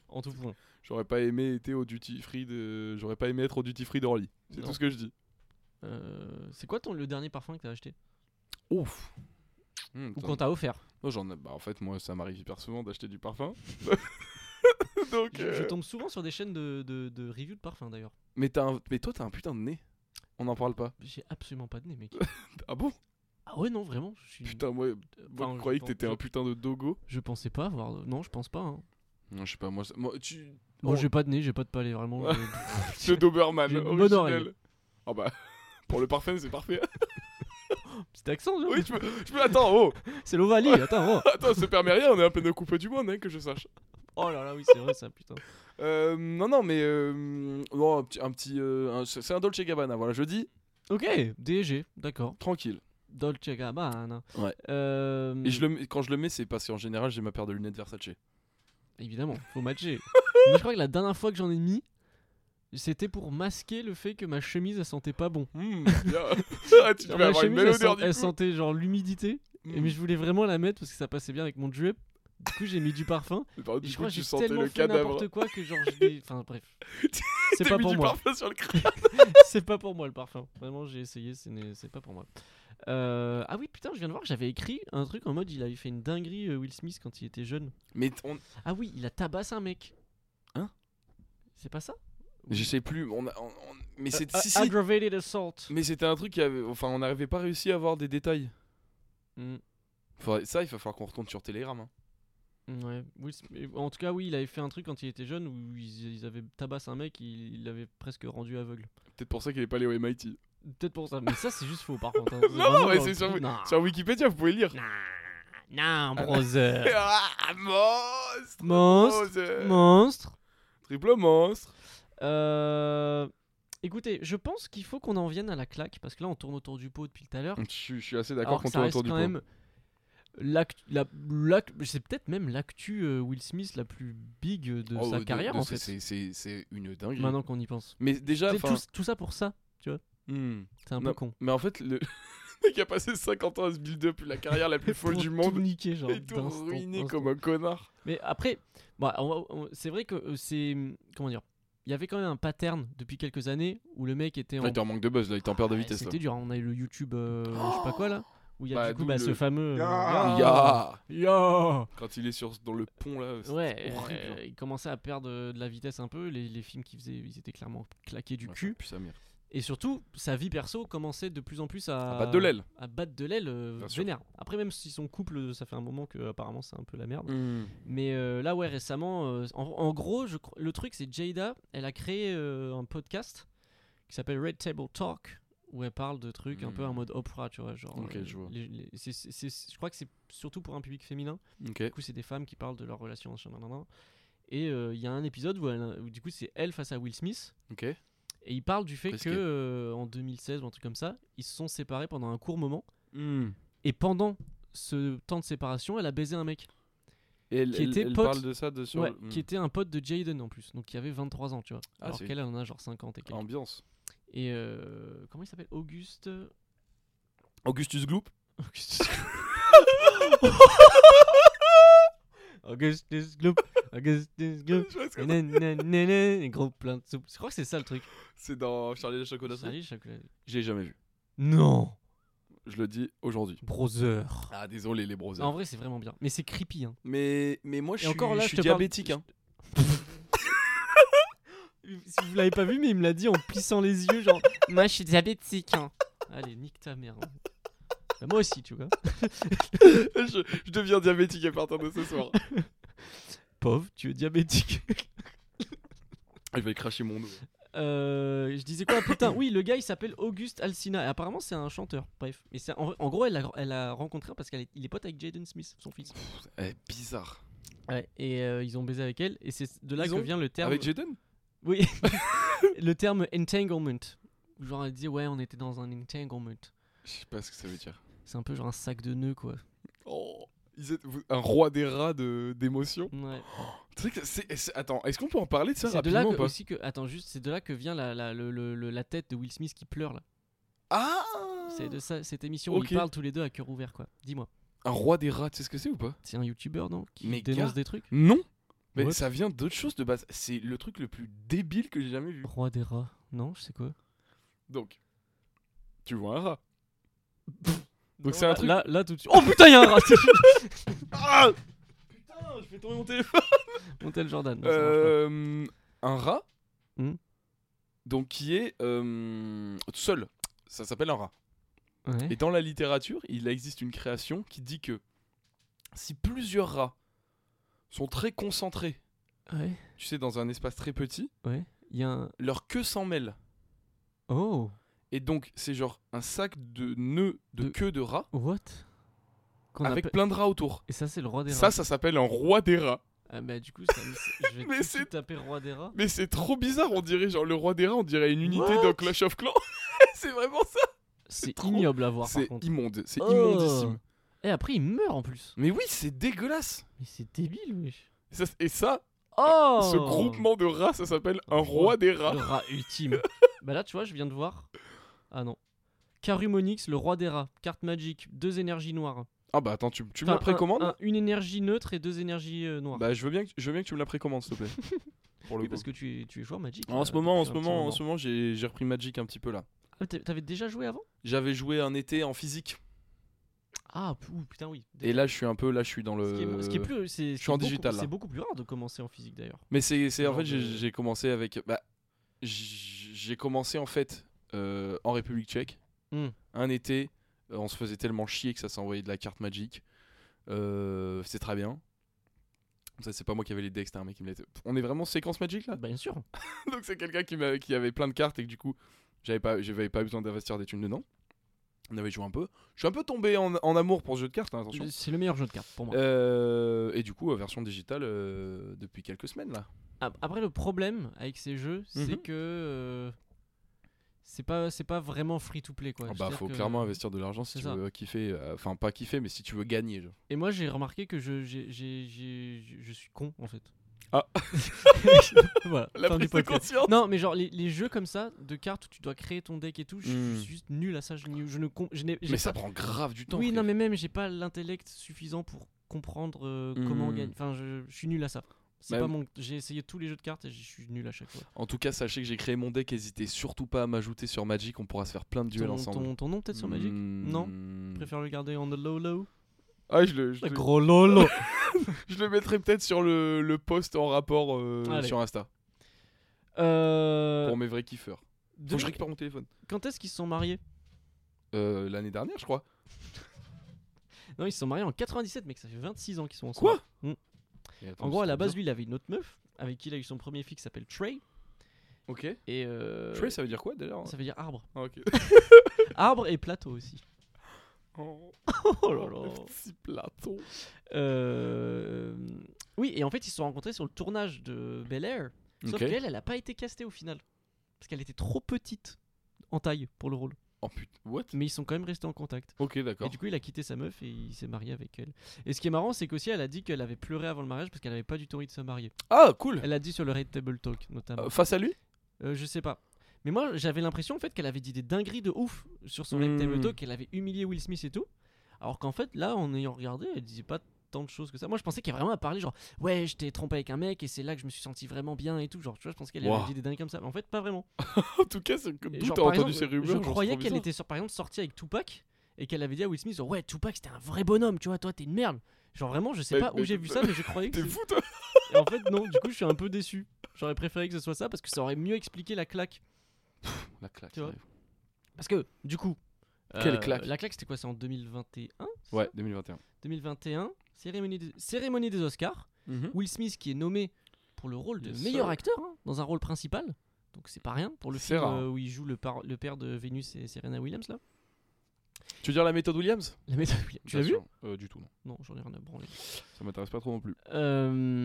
Speaker 5: En tout point.
Speaker 2: J'aurais pas aimé être au duty free de. J'aurais pas aimé être au duty free d'Orly. C'est
Speaker 5: Non.
Speaker 2: tout ce que je dis.
Speaker 5: Euh, c'est quoi ton, le dernier parfum que t'as acheté
Speaker 2: Ouf. Hmm,
Speaker 5: Ou qu'on t'a offert
Speaker 2: j'en ai- Bah, en fait, moi, ça m'arrive hyper souvent d'acheter du parfum. Donc.
Speaker 5: je,
Speaker 2: euh,
Speaker 5: je tombe souvent sur des chaînes de, de, de review de parfum d'ailleurs.
Speaker 2: Mais, t'as un- mais toi, t'as un putain de nez. On n'en parle pas.
Speaker 5: J'ai absolument pas de nez, mec.
Speaker 2: Ah bon
Speaker 5: Ah ouais, non, vraiment. Je suis...
Speaker 2: Putain, moi,
Speaker 5: euh,
Speaker 2: moi,
Speaker 5: enfin,
Speaker 2: je
Speaker 5: je
Speaker 2: croyais que
Speaker 5: pense-
Speaker 2: t'étais
Speaker 5: je-
Speaker 2: un putain de dogo.
Speaker 5: Je pensais pas avoir. Non, je pense pas. Hein.
Speaker 2: Non, je sais pas, moi, ça- moi, tu.
Speaker 5: Bon,
Speaker 2: Oh.
Speaker 5: j'ai pas de nez, j'ai pas de palais, vraiment.
Speaker 2: Ouais.
Speaker 5: je-
Speaker 2: Ce Doberman,
Speaker 5: J'ai une bonne
Speaker 2: originel.
Speaker 5: oreille.
Speaker 2: Ah bah. Pour le parfum, c'est parfait.
Speaker 5: Petit accent, genre.
Speaker 2: Oui, je peux. Je peux... Attends, oh
Speaker 5: c'est l'Ovalie, attends. Oh.
Speaker 2: Attends, ça permet rien, on est un peu de coupe du monde, hein, que je sache.
Speaker 5: Oh là là, oui, c'est vrai ça, putain.
Speaker 2: Euh, non, non, mais. euh, non, un petit. un petit, euh, un- c'est un Dolce Gabbana, voilà, je dis
Speaker 5: Ok, DG, d'accord.
Speaker 2: tranquille.
Speaker 5: Dolce Gabbana.
Speaker 2: Ouais.
Speaker 5: Euh,
Speaker 2: Et je le, mets- quand je le mets, c'est parce qu'en général, j'ai ma paire de lunettes Versace.
Speaker 5: Évidemment, faut matcher. Mais je crois que la dernière fois que j'en ai mis, c'était pour masquer le fait que ma chemise elle sentait pas bon.
Speaker 2: Hmm, bien. Ah, tu devais
Speaker 5: Genre, ma
Speaker 2: avoir une
Speaker 5: chemise
Speaker 2: belle
Speaker 5: elle,
Speaker 2: odeur
Speaker 5: sent-
Speaker 2: du
Speaker 5: elle
Speaker 2: coup.
Speaker 5: sentait genre l'humidité, et-
Speaker 2: Hmm.
Speaker 5: mais je voulais vraiment la mettre parce que ça passait bien avec mon drip. Du coup j'ai mis du parfum.
Speaker 2: Bah,
Speaker 5: Et
Speaker 2: du
Speaker 5: je
Speaker 2: coup,
Speaker 5: crois que
Speaker 2: tu
Speaker 5: j'ai
Speaker 2: sentais
Speaker 5: tellement
Speaker 2: le
Speaker 5: fait
Speaker 2: cadavre.
Speaker 5: n'importe quoi que genre je l'ai- Enfin bref. C'est
Speaker 2: T'as
Speaker 5: pas
Speaker 2: mis
Speaker 5: pour
Speaker 2: du
Speaker 5: moi.
Speaker 2: parfum sur le crâne.
Speaker 5: c'est pas pour moi le parfum. Vraiment, j'ai essayé, ce n'est- c'est pas pour moi. Euh, ah oui, putain, je viens de voir, j'avais écrit un truc en mode il avait fait une dinguerie euh, Will Smith quand il était jeune.
Speaker 2: Mais t- on-
Speaker 5: Ah oui, il a tabassé un mec.
Speaker 2: Hein
Speaker 5: C'est pas ça
Speaker 2: je sais plus. On a- on- on- Mais c'est
Speaker 5: Euh,
Speaker 2: si, si.
Speaker 5: Aggravated assault.
Speaker 2: Mais c'était un truc qui avait. Enfin, on n'arrivait pas réussi à avoir des détails.
Speaker 5: Mm,
Speaker 2: Faudrait- Ça, il va falloir qu'on retourne sur Telegram. hein.
Speaker 5: mm, ouais. Will Smith- En tout cas, oui, il avait fait un truc quand il était jeune où ils, ils avaient tabassé un mec, il il l'avait presque rendu aveugle.
Speaker 2: Peut-être pour ça qu'il est pas allé au MIT.
Speaker 5: Peut-être pour ça, mais ça c'est juste faux par contre. hein.
Speaker 2: Non, non,
Speaker 5: Vraiment,
Speaker 2: mais
Speaker 5: dans
Speaker 2: c'est
Speaker 5: le
Speaker 2: sur,
Speaker 5: truc, non.
Speaker 2: sur Wikipédia, vous pouvez lire.
Speaker 5: Non, brother.
Speaker 2: Ah, monstre
Speaker 5: Monstre.
Speaker 2: Monstre.
Speaker 5: Monstre.
Speaker 2: Triple monstre
Speaker 5: Euh, Écoutez, je pense qu'il faut qu'on en vienne à la claque parce que là on tourne autour du pot depuis tout à l'heure.
Speaker 2: Je suis- je suis assez d'accord
Speaker 5: Alors que
Speaker 2: qu'on
Speaker 5: ça
Speaker 2: tourne
Speaker 5: reste
Speaker 2: autour
Speaker 5: quand
Speaker 2: du pot.
Speaker 5: même l'actu- la- l'ac- c'est peut-être même l'actu euh, Will Smith la plus big de
Speaker 2: Oh,
Speaker 5: euh, sa
Speaker 2: de-
Speaker 5: carrière
Speaker 2: de-
Speaker 5: en
Speaker 2: c'est- c'est-
Speaker 5: fait.
Speaker 2: C'est c'est une dinguerie.
Speaker 5: Maintenant qu'on y pense.
Speaker 2: Mais déjà,
Speaker 5: C'est
Speaker 2: enfin,
Speaker 5: tout, tout ça pour ça,
Speaker 2: hmm.
Speaker 5: c'est un
Speaker 2: Non,
Speaker 5: peu con.
Speaker 2: Mais en fait, le le mec a passé 50 ans à se build-up, la carrière la plus folle
Speaker 5: Pour
Speaker 2: du
Speaker 5: tout
Speaker 2: monde.
Speaker 5: niquer, genre,
Speaker 2: Et tout
Speaker 5: d'instant,
Speaker 2: ruiné
Speaker 5: d'instant.
Speaker 2: comme un connard.
Speaker 5: Mais après, bah, on va- on- c'est vrai que euh, c'est comment dire, il y avait quand même un pattern depuis quelques années où le mec était en
Speaker 2: Là, il est en manque de buzz, là, il est en perte de
Speaker 5: Ah,
Speaker 2: vitesse.
Speaker 5: C'était dur, hein. on a eu le YouTube, euh, je sais pas quoi là, où il y a
Speaker 2: Bah,
Speaker 5: du coup
Speaker 2: d'où
Speaker 5: bah,
Speaker 2: le-
Speaker 5: ce fameux. euh,
Speaker 1: Ya.
Speaker 2: là.
Speaker 5: Ya.
Speaker 2: Ah. Ya
Speaker 5: Ya.
Speaker 2: Quand il est sur, dans le pont, là, c'est
Speaker 5: Ouais,
Speaker 2: horrible. hein.
Speaker 5: euh, il commençait à perdre euh, de la vitesse un peu, les, les films qu'il faisait, ils étaient clairement claqués du
Speaker 2: Ouais, ça
Speaker 5: cul.
Speaker 2: pue sa mère.
Speaker 5: Et surtout, sa vie perso commençait de plus en plus à.
Speaker 2: À battre de l'aile.
Speaker 5: À battre de l'aile, euh,
Speaker 2: Bien sûr.
Speaker 5: vénère. Après, même si son couple, euh, ça fait un moment que euh, apparemment c'est un peu la merde.
Speaker 2: Mm.
Speaker 5: Mais euh, là, ouais, récemment, euh, en, en gros, je cro- le truc, c'est Jada, elle a créé euh, un podcast qui s'appelle Red Table Talk, où elle parle de trucs un peu
Speaker 2: Hmm.
Speaker 5: en mode Oprah, tu vois. Genre, euh,
Speaker 2: Ok, je vois.
Speaker 5: les- les- c'est- c'est- c'est- je crois que c'est surtout pour un public féminin.
Speaker 2: Ok.
Speaker 5: Du coup, c'est des femmes qui parlent de leurs relations, machin, nan, nan, nan. Et euh, il y a un épisode où, elle- où du coup c'est elle face à Will Smith.
Speaker 2: Ok.
Speaker 5: Et il parle du fait
Speaker 2: Risqué.
Speaker 5: que euh, en 2016 ou un truc comme ça, ils se sont séparés pendant un court moment.
Speaker 2: Mm.
Speaker 5: Et pendant ce temps de séparation, elle a baisé un mec
Speaker 2: Et elle,
Speaker 5: Qui
Speaker 2: elle-
Speaker 5: était
Speaker 2: elle
Speaker 5: pote.
Speaker 2: parle de ça de sur
Speaker 5: Ouais,
Speaker 2: le- hmm.
Speaker 5: qui était un pote de Jaden en plus, donc qui avait 23 ans, tu vois.
Speaker 2: Ah,
Speaker 5: alors
Speaker 2: c'est-
Speaker 5: qu'elle elle en a genre 50
Speaker 2: Mm.
Speaker 5: et quelques.
Speaker 2: ambiance.
Speaker 5: Et euh, comment il s'appelle Auguste
Speaker 2: Augustus Gloop.
Speaker 5: Augustus Augustus Gloop Augustus Gloop Nan, nan, nan, nan, et gros plein de soupe. Je crois que c'est ça le truc.
Speaker 2: C'est dans Charlie et la chocolaterie.
Speaker 5: Salut, chocolat.
Speaker 2: J'ai jamais vu.
Speaker 5: Non
Speaker 2: Je le dis aujourd'hui.
Speaker 5: Brother
Speaker 2: Ah désolé les bros.
Speaker 5: En vrai, c'est vraiment bien. Mais c'est creepy. Hein.
Speaker 2: Mais mais moi je
Speaker 5: Et
Speaker 2: suis
Speaker 5: encore là,
Speaker 2: je
Speaker 5: je
Speaker 2: suis
Speaker 5: te parle-
Speaker 2: diabétique hein.
Speaker 5: Si vous l'avez pas vu, mais il me l'a dit en plissant les yeux, genre Moi, je suis diabétique. Hein. Allez, nique ta mère. hein. Bah, moi aussi, tu vois.
Speaker 2: je, je deviens diabétique à partir de ce soir.
Speaker 5: Pauvre, tu es diabétique.
Speaker 2: Je vais cracher mon dos.
Speaker 5: Euh, je disais quoi Putain, oui, le gars il s'appelle Auguste Alsina et apparemment c'est un chanteur. Bref, mais c'est en, en gros elle l'a elle a rencontré parce qu'elle est, il est pote avec Jaden Smith, son fils.
Speaker 2: Eh, bizarre.
Speaker 5: Ouais, et euh, ils ont baisé avec elle et c'est de là
Speaker 2: Ils
Speaker 5: que
Speaker 2: ont-
Speaker 5: vient le terme.
Speaker 2: Avec Jaden
Speaker 5: oui, le terme entanglement. Genre elle dit ouais, on était dans un entanglement.
Speaker 2: Je sais pas ce que ça veut dire.
Speaker 5: C'est un peu genre un sac de nœuds quoi.
Speaker 2: Oh, ils étaient- vous- un roi des rats de- d'émotion.
Speaker 5: Ouais.
Speaker 2: Tu sais que c'est- c'est- Attends, est-ce qu'on peut en parler de ça
Speaker 5: C'est de là
Speaker 2: rapidement ou
Speaker 5: que,
Speaker 2: pas
Speaker 5: aussi que attends juste, c'est de là que vient la, la, le- le- le- la tête de Will Smith qui pleure là.
Speaker 2: Ah
Speaker 5: C'est de ça, cette émission où
Speaker 2: Ok.
Speaker 5: ils parlent tous les deux à cœur ouvert quoi. Dis-moi,
Speaker 2: Un roi des rats, tu sais ce que c'est ou pas
Speaker 5: c'est un youtubeur non qui
Speaker 2: Mais
Speaker 5: dénonce
Speaker 2: gars.
Speaker 5: des trucs.
Speaker 2: Non Mais
Speaker 5: What
Speaker 2: ça vient d'autre chose de base. C'est le truc le plus débile que j'ai jamais vu.
Speaker 5: Roi des rats. Non, je sais quoi.
Speaker 2: Donc, tu vois un rat. Donc c'est un truc.
Speaker 5: Là, là tout de suite. Oh putain, y'a un rat
Speaker 2: Ah
Speaker 5: Je vais tomber mon téléphone Montel Jordan. non, ça marche pas.
Speaker 2: Euh, un rat
Speaker 5: Hmm.
Speaker 2: donc qui est euh, seul. Ça s'appelle un rat.
Speaker 5: Ouais.
Speaker 2: Et dans la littérature, il existe une création qui dit que si plusieurs rats sont très concentrés,
Speaker 5: Ouais.
Speaker 2: tu sais, dans un espace très petit,
Speaker 5: Ouais. Y'a un.
Speaker 2: leur queue s'en mêle.
Speaker 5: Oh
Speaker 2: Et donc, c'est genre un sac de nœuds de,
Speaker 5: De-
Speaker 2: queue de rat
Speaker 5: What Qu'on
Speaker 2: avec
Speaker 5: appelle-
Speaker 2: plein de rats autour.
Speaker 5: Et ça, c'est le roi des
Speaker 2: Ça,
Speaker 5: rats.
Speaker 2: ça s'appelle un roi des rats.
Speaker 5: Ah, bah du coup, ça me- je
Speaker 2: Mais
Speaker 5: vais tout de
Speaker 2: c'est-
Speaker 5: suite taper roi des rats.
Speaker 2: Mais c'est trop bizarre, on dirait genre le roi des rats, on dirait une unité
Speaker 5: What
Speaker 2: dans Clash of Clans. c'est vraiment ça.
Speaker 5: C'est
Speaker 2: trop-
Speaker 5: ignoble à voir par
Speaker 2: C'est
Speaker 5: contre.
Speaker 2: immonde, c'est
Speaker 5: Oh.
Speaker 2: immondissime.
Speaker 5: Et après, il meurt en plus.
Speaker 2: Mais oui, c'est dégueulasse.
Speaker 5: Mais c'est débile, wesh.
Speaker 2: Et ça, et ça,
Speaker 5: Oh
Speaker 2: ce groupement de rats, ça s'appelle un roi des rats.
Speaker 5: Le rat ultime. bah là, tu vois, je viens de voir. Ah non. Carumonix, le roi des rats. Carte magique, deux énergies noires.
Speaker 2: Ah bah attends, tu, tu me
Speaker 5: Enfin,
Speaker 2: la précommandes
Speaker 5: un- un- Une énergie neutre et deux énergies euh, noires.
Speaker 2: Bah je veux, bien que, je veux bien que tu me la précommandes, s'il te plaît. Pour le
Speaker 5: oui,
Speaker 2: coup.
Speaker 5: parce que tu es, tu es joueur Magic.
Speaker 2: En
Speaker 5: euh,
Speaker 2: ce moment, en
Speaker 5: depuis
Speaker 2: ce
Speaker 5: un petit
Speaker 2: moment, en
Speaker 5: moment.
Speaker 2: ce moment, j'ai j'ai repris Magic un petit peu là.
Speaker 5: Ah, t'a- T'avais déjà joué avant
Speaker 2: J'avais joué un été en physique
Speaker 5: Ah, p- ouh, putain, oui.
Speaker 2: et là je suis un peu là je suis dans le
Speaker 5: ce, qui est, mo- ce qui est plus. c'est-
Speaker 2: suis
Speaker 5: c'est
Speaker 2: en
Speaker 5: beaucoup-
Speaker 2: digital, là.
Speaker 5: C'est beaucoup plus rare de commencer en physique d'ailleurs.
Speaker 2: Mais c'est c'est- en
Speaker 5: Genre
Speaker 2: fait j'ai-
Speaker 5: de-
Speaker 2: j'ai commencé avec bah j- j'ai commencé en fait euh, en République Tchèque.
Speaker 5: Hmm.
Speaker 2: Un été, euh, on se faisait tellement chier que ça s'envoyait de la carte Magic. Euh, C'était très bien. Ça c'est pas moi qui avais les decks, c'était un mec qui me l'était. On est vraiment séquence Magic là
Speaker 5: Bah, bien sûr.
Speaker 2: Donc c'est quelqu'un qui, m'a- qui avait plein de cartes et que du coup, j'avais pas, j'avais pas besoin d'investir des thunes dedans. On avait joué un peu. Je suis un peu tombé en, en amour pour ce jeu de cartes, hein, attention.
Speaker 5: C'est le meilleur jeu de cartes pour moi.
Speaker 2: Euh, et du coup, euh, version digitale euh, depuis quelques semaines là.
Speaker 5: Ap- Après, le problème avec ces jeux, c'est
Speaker 2: Mhm.
Speaker 5: que. euh, c'est pas, c'est pas vraiment free to play quoi.
Speaker 2: Ah bah,
Speaker 5: C'est-à-dire
Speaker 2: faut
Speaker 5: que-
Speaker 2: clairement investir de l'argent si
Speaker 5: c'est
Speaker 2: tu
Speaker 5: ça.
Speaker 2: veux kiffer. euh, Enfin, pas kiffer, mais si tu veux gagner. genre.
Speaker 5: Et moi j'ai remarqué que je, j'ai, j'ai- j'ai- je- je suis con en fait.
Speaker 2: Ah.
Speaker 5: voilà.
Speaker 2: La
Speaker 5: fin du
Speaker 2: prise de
Speaker 5: podcast.
Speaker 2: conscience.
Speaker 5: Non, mais genre les, les jeux comme ça de cartes où tu dois créer ton deck et tout, je
Speaker 2: Hmm.
Speaker 5: suis juste nul à ça. Je, n'y- je ne com- je n'ai- j'ai
Speaker 2: Mais ça
Speaker 5: pas-
Speaker 2: prend grave du temps.
Speaker 5: Oui, non,
Speaker 2: frère.
Speaker 5: mais même j'ai pas l'intellect suffisant pour comprendre euh, comment on
Speaker 2: Hmm.
Speaker 5: gagne. Enfin, je, je suis nul à ça. C'est
Speaker 2: Bah,
Speaker 5: pas mon. J'ai essayé tous les jeux de cartes et je suis nul à chaque fois.
Speaker 2: En tout cas, sachez que j'ai créé mon deck. Hésitez surtout pas à m'ajouter sur Magic. On pourra se faire plein de duels
Speaker 5: ton,
Speaker 2: ensemble. Hmm.
Speaker 5: ton- ton nom peut-être sur Magic. Non. Je préfère le garder en the low low.
Speaker 2: Ah, je le, je le-
Speaker 6: Gros lolo.
Speaker 2: je le mettrai peut-être sur le, le post en rapport euh,
Speaker 5: Allez.
Speaker 2: sur Insta.
Speaker 5: Euh,
Speaker 2: Pour mes vrais kiffeurs.
Speaker 5: de-
Speaker 2: Faut que je récupère mon téléphone.
Speaker 5: Quand est-ce qu'ils se sont mariés
Speaker 2: Euh, L'année dernière, je crois.
Speaker 5: Non, ils se sont mariés en 97, mec, ça fait 26 ans qu'ils sont ensemble.
Speaker 2: Quoi
Speaker 5: Mm.
Speaker 2: Et attends,
Speaker 5: En gros, à
Speaker 2: c'est
Speaker 5: la
Speaker 2: trop
Speaker 5: base, lui, il avait une autre meuf avec qui il a eu son premier fils qui s'appelle Trey.
Speaker 2: bizarre. Ok.
Speaker 5: Et euh,
Speaker 2: Trey, ça veut dire quoi d'ailleurs
Speaker 5: ça veut dire arbre.
Speaker 2: Ah, ok.
Speaker 5: Arbre et plateau aussi.
Speaker 2: Oh,
Speaker 5: Oh là là.
Speaker 2: petit plateau.
Speaker 5: Euh, Oui, et en fait, ils se sont rencontrés sur le tournage de Bel Air. Sauf
Speaker 2: Ok.
Speaker 5: qu'elle, elle a pas été castée au final. Parce qu'elle était trop petite en taille pour le rôle.
Speaker 2: Oh putain, what
Speaker 5: Mais ils sont quand même restés en contact.
Speaker 2: Ok,
Speaker 5: Et
Speaker 2: d'accord.
Speaker 5: du coup, il a quitté sa meuf et il s'est marié avec elle. Et ce qui est marrant, c'est qu'aussi, elle a dit qu'elle avait pleuré avant le mariage parce qu'elle avait pas du tout envie de se marier.
Speaker 2: Ah, cool
Speaker 5: Elle a dit sur le Red Table Talk, notamment.
Speaker 2: Euh, Face à lui
Speaker 5: Euh, je sais pas. Mais moi, j'avais l'impression en fait qu'elle avait dit des dingueries de ouf sur son Red Table
Speaker 2: Hmm.
Speaker 5: Talk, qu'elle avait humilié Will Smith et tout. Alors qu'en fait, là, en ayant regardé, elle disait pas tant de choses que ça. Moi, je pensais qu'elle vraiment a parlé genre ouais, je t'ai trompé avec un mec et c'est là que je me suis senti vraiment bien et tout. Genre, tu vois, je pensais qu'elle
Speaker 2: Waouh.
Speaker 5: avait dit des dingues comme ça. Mais en fait, pas vraiment.
Speaker 2: En tout cas, c'est que
Speaker 5: Et
Speaker 2: d'où
Speaker 5: genre,
Speaker 2: t'as
Speaker 5: par
Speaker 2: entendu ces
Speaker 5: exemple,
Speaker 2: rumeurs
Speaker 5: Je
Speaker 2: genre, c'est
Speaker 5: croyais
Speaker 2: trop
Speaker 5: qu'elle
Speaker 2: bizarre.
Speaker 5: était sur- par exemple sortie avec Tupac et qu'elle avait dit à Will Smith genre, ouais, Tupac c'était un vrai bonhomme, tu vois, toi t'es une merde. Genre vraiment, je sais
Speaker 2: Mais-
Speaker 5: pas
Speaker 2: mais-
Speaker 5: où j'ai vu ça, mais je croyais que
Speaker 2: T'es
Speaker 5: c'est-
Speaker 2: fou, toi
Speaker 5: et en fait, non, du coup, je suis un peu déçu. J'aurais préféré que ce soit ça parce que ça aurait mieux expliqué la claque.
Speaker 2: La claque.
Speaker 5: Tu vois. Parce que, du coup. euh,
Speaker 2: Quelle claque.
Speaker 5: La claque, c'était quoi C'est en 2021 c'est
Speaker 2: Ouais,
Speaker 5: ça
Speaker 2: 2021.
Speaker 5: 2021, cérémonie des, cérémonie des Oscars. Will Smith qui est nommé pour le rôle de
Speaker 2: Yes,
Speaker 5: meilleur
Speaker 2: sir.
Speaker 5: acteur, hein, dans un rôle principal. Donc c'est pas rien pour le
Speaker 2: C'est
Speaker 5: film
Speaker 2: rare.
Speaker 5: euh, où il joue le, par- le père de Vénus et Serena Williams là.
Speaker 2: Tu veux dire la méthode Williams
Speaker 5: La méthode Williams. Tu l'as vu
Speaker 2: Bien sûr. Euh, Du tout, non.
Speaker 5: Non, j'en ai rien à branler.
Speaker 2: Ça m'intéresse pas trop non plus.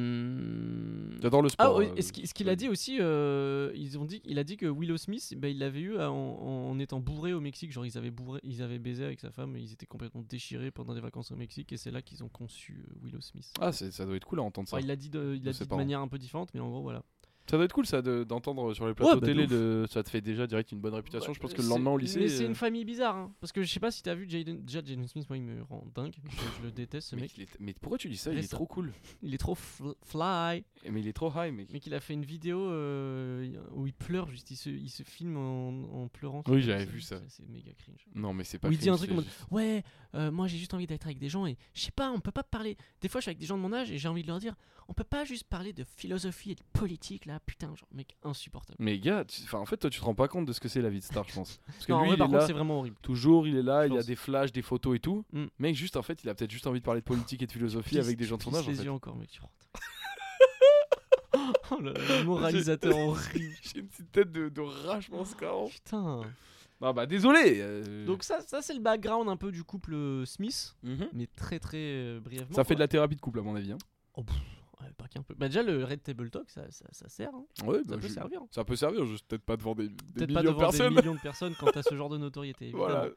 Speaker 5: Euh,
Speaker 2: J'adore le
Speaker 5: Ah,
Speaker 2: sport.
Speaker 5: oui,
Speaker 2: euh,
Speaker 5: et ce qui- ce qu'il a dit aussi, euh, ils ont dit, il a dit que Willow Smith, ben, il l'avait eu à- en, en étant bourré au Mexique. Genre, ils avaient, bourré, ils avaient baisé avec sa femme, et ils étaient complètement déchirés pendant des vacances au Mexique, et c'est là qu'ils ont conçu euh, Willow Smith.
Speaker 2: Ah, c'est- ça doit être cool à entendre ça.
Speaker 5: Enfin, il l'a dit de, il
Speaker 2: Je
Speaker 5: l'a
Speaker 2: sais
Speaker 5: dit de
Speaker 2: pas, hein.
Speaker 5: manière un peu différente, mais en gros, voilà.
Speaker 2: Ça doit être cool ça de- d'entendre sur les plateaux
Speaker 5: bah, de
Speaker 2: télé,
Speaker 5: ouf.
Speaker 2: de- ça te fait déjà direct une bonne réputation. je pense que le lendemain au lycée.
Speaker 5: Mais c'est
Speaker 2: euh,
Speaker 5: une famille bizarre, hein, parce que je sais pas si t'as vu Jaden, déjà Jaden Smith, moi il me rend dingue, je, je le déteste ce
Speaker 2: mais,
Speaker 5: mec.
Speaker 2: il est- mais pourquoi tu dis ça Il est
Speaker 5: Reste-
Speaker 2: trop cool.
Speaker 5: Il est trop fl- fly.
Speaker 2: Et Mais il est trop high, mec.
Speaker 5: Mais qu'il a fait une vidéo euh, où il pleure, juste il se, il se filme en, en pleurant.
Speaker 2: Oui,
Speaker 5: C'est-
Speaker 2: j'avais
Speaker 5: c'est-
Speaker 2: vu ça.
Speaker 5: c'est- C'est méga cringe.
Speaker 2: Non, mais c'est pas.
Speaker 5: Ou il dit un
Speaker 2: cringe,
Speaker 5: truc
Speaker 2: c'est
Speaker 5: en mode-
Speaker 2: juste-
Speaker 5: Ouais, euh, moi j'ai juste envie d'être avec des gens et je sais pas, on peut pas parler. Des fois, je suis avec des gens de mon âge et j'ai envie de leur dire, on peut pas juste parler de philosophie et de politique là, putain, genre mec insupportable.
Speaker 2: Mais gars, tu- enfin, en fait, toi, tu te rends pas compte de ce que c'est la vie de star, je pense. Parce que
Speaker 5: Non, en
Speaker 2: lui,
Speaker 5: vrai,
Speaker 2: il
Speaker 5: par
Speaker 2: est
Speaker 5: contre,
Speaker 2: là,
Speaker 5: c'est vraiment horrible.
Speaker 2: toujours, il est là,
Speaker 5: Je
Speaker 2: il y a
Speaker 5: pense.
Speaker 2: des flashs, des photos et tout.
Speaker 5: Mm.
Speaker 2: Mec, juste en fait, il a peut-être juste envie de parler de politique et de philosophie
Speaker 5: Plisse-
Speaker 2: avec des gens de
Speaker 5: tu
Speaker 2: son âge.
Speaker 5: plisses
Speaker 2: en
Speaker 5: les
Speaker 2: fait.
Speaker 5: yeux encore, mec, tu rentres. oh le, le moralisateur horrible.
Speaker 2: J'ai une petite tête de, de rat, je pense, quand
Speaker 5: Putain.
Speaker 2: Ah bah désolé. euh,
Speaker 5: Donc ça, ça c'est le background un peu du couple euh, Smith,
Speaker 2: mhm.
Speaker 5: mais très très euh, brièvement.
Speaker 2: Ça fait de
Speaker 5: quoi.
Speaker 2: la thérapie de couple à mon avis. hein.
Speaker 5: Ouais, pas qu'un peu. Bah déjà le Red Table Talk, ça, ça, ça sert. hein.
Speaker 2: Ouais,
Speaker 5: Ça
Speaker 2: bah,
Speaker 5: peut
Speaker 2: je-
Speaker 5: servir.
Speaker 2: Ça peut servir, juste peut-être pas devant des, des
Speaker 5: Peut-être pas
Speaker 2: millions
Speaker 5: devant
Speaker 2: de personnes.
Speaker 5: des millions de personnes quand t'as ce genre de notoriété. évidemment.
Speaker 2: Voilà.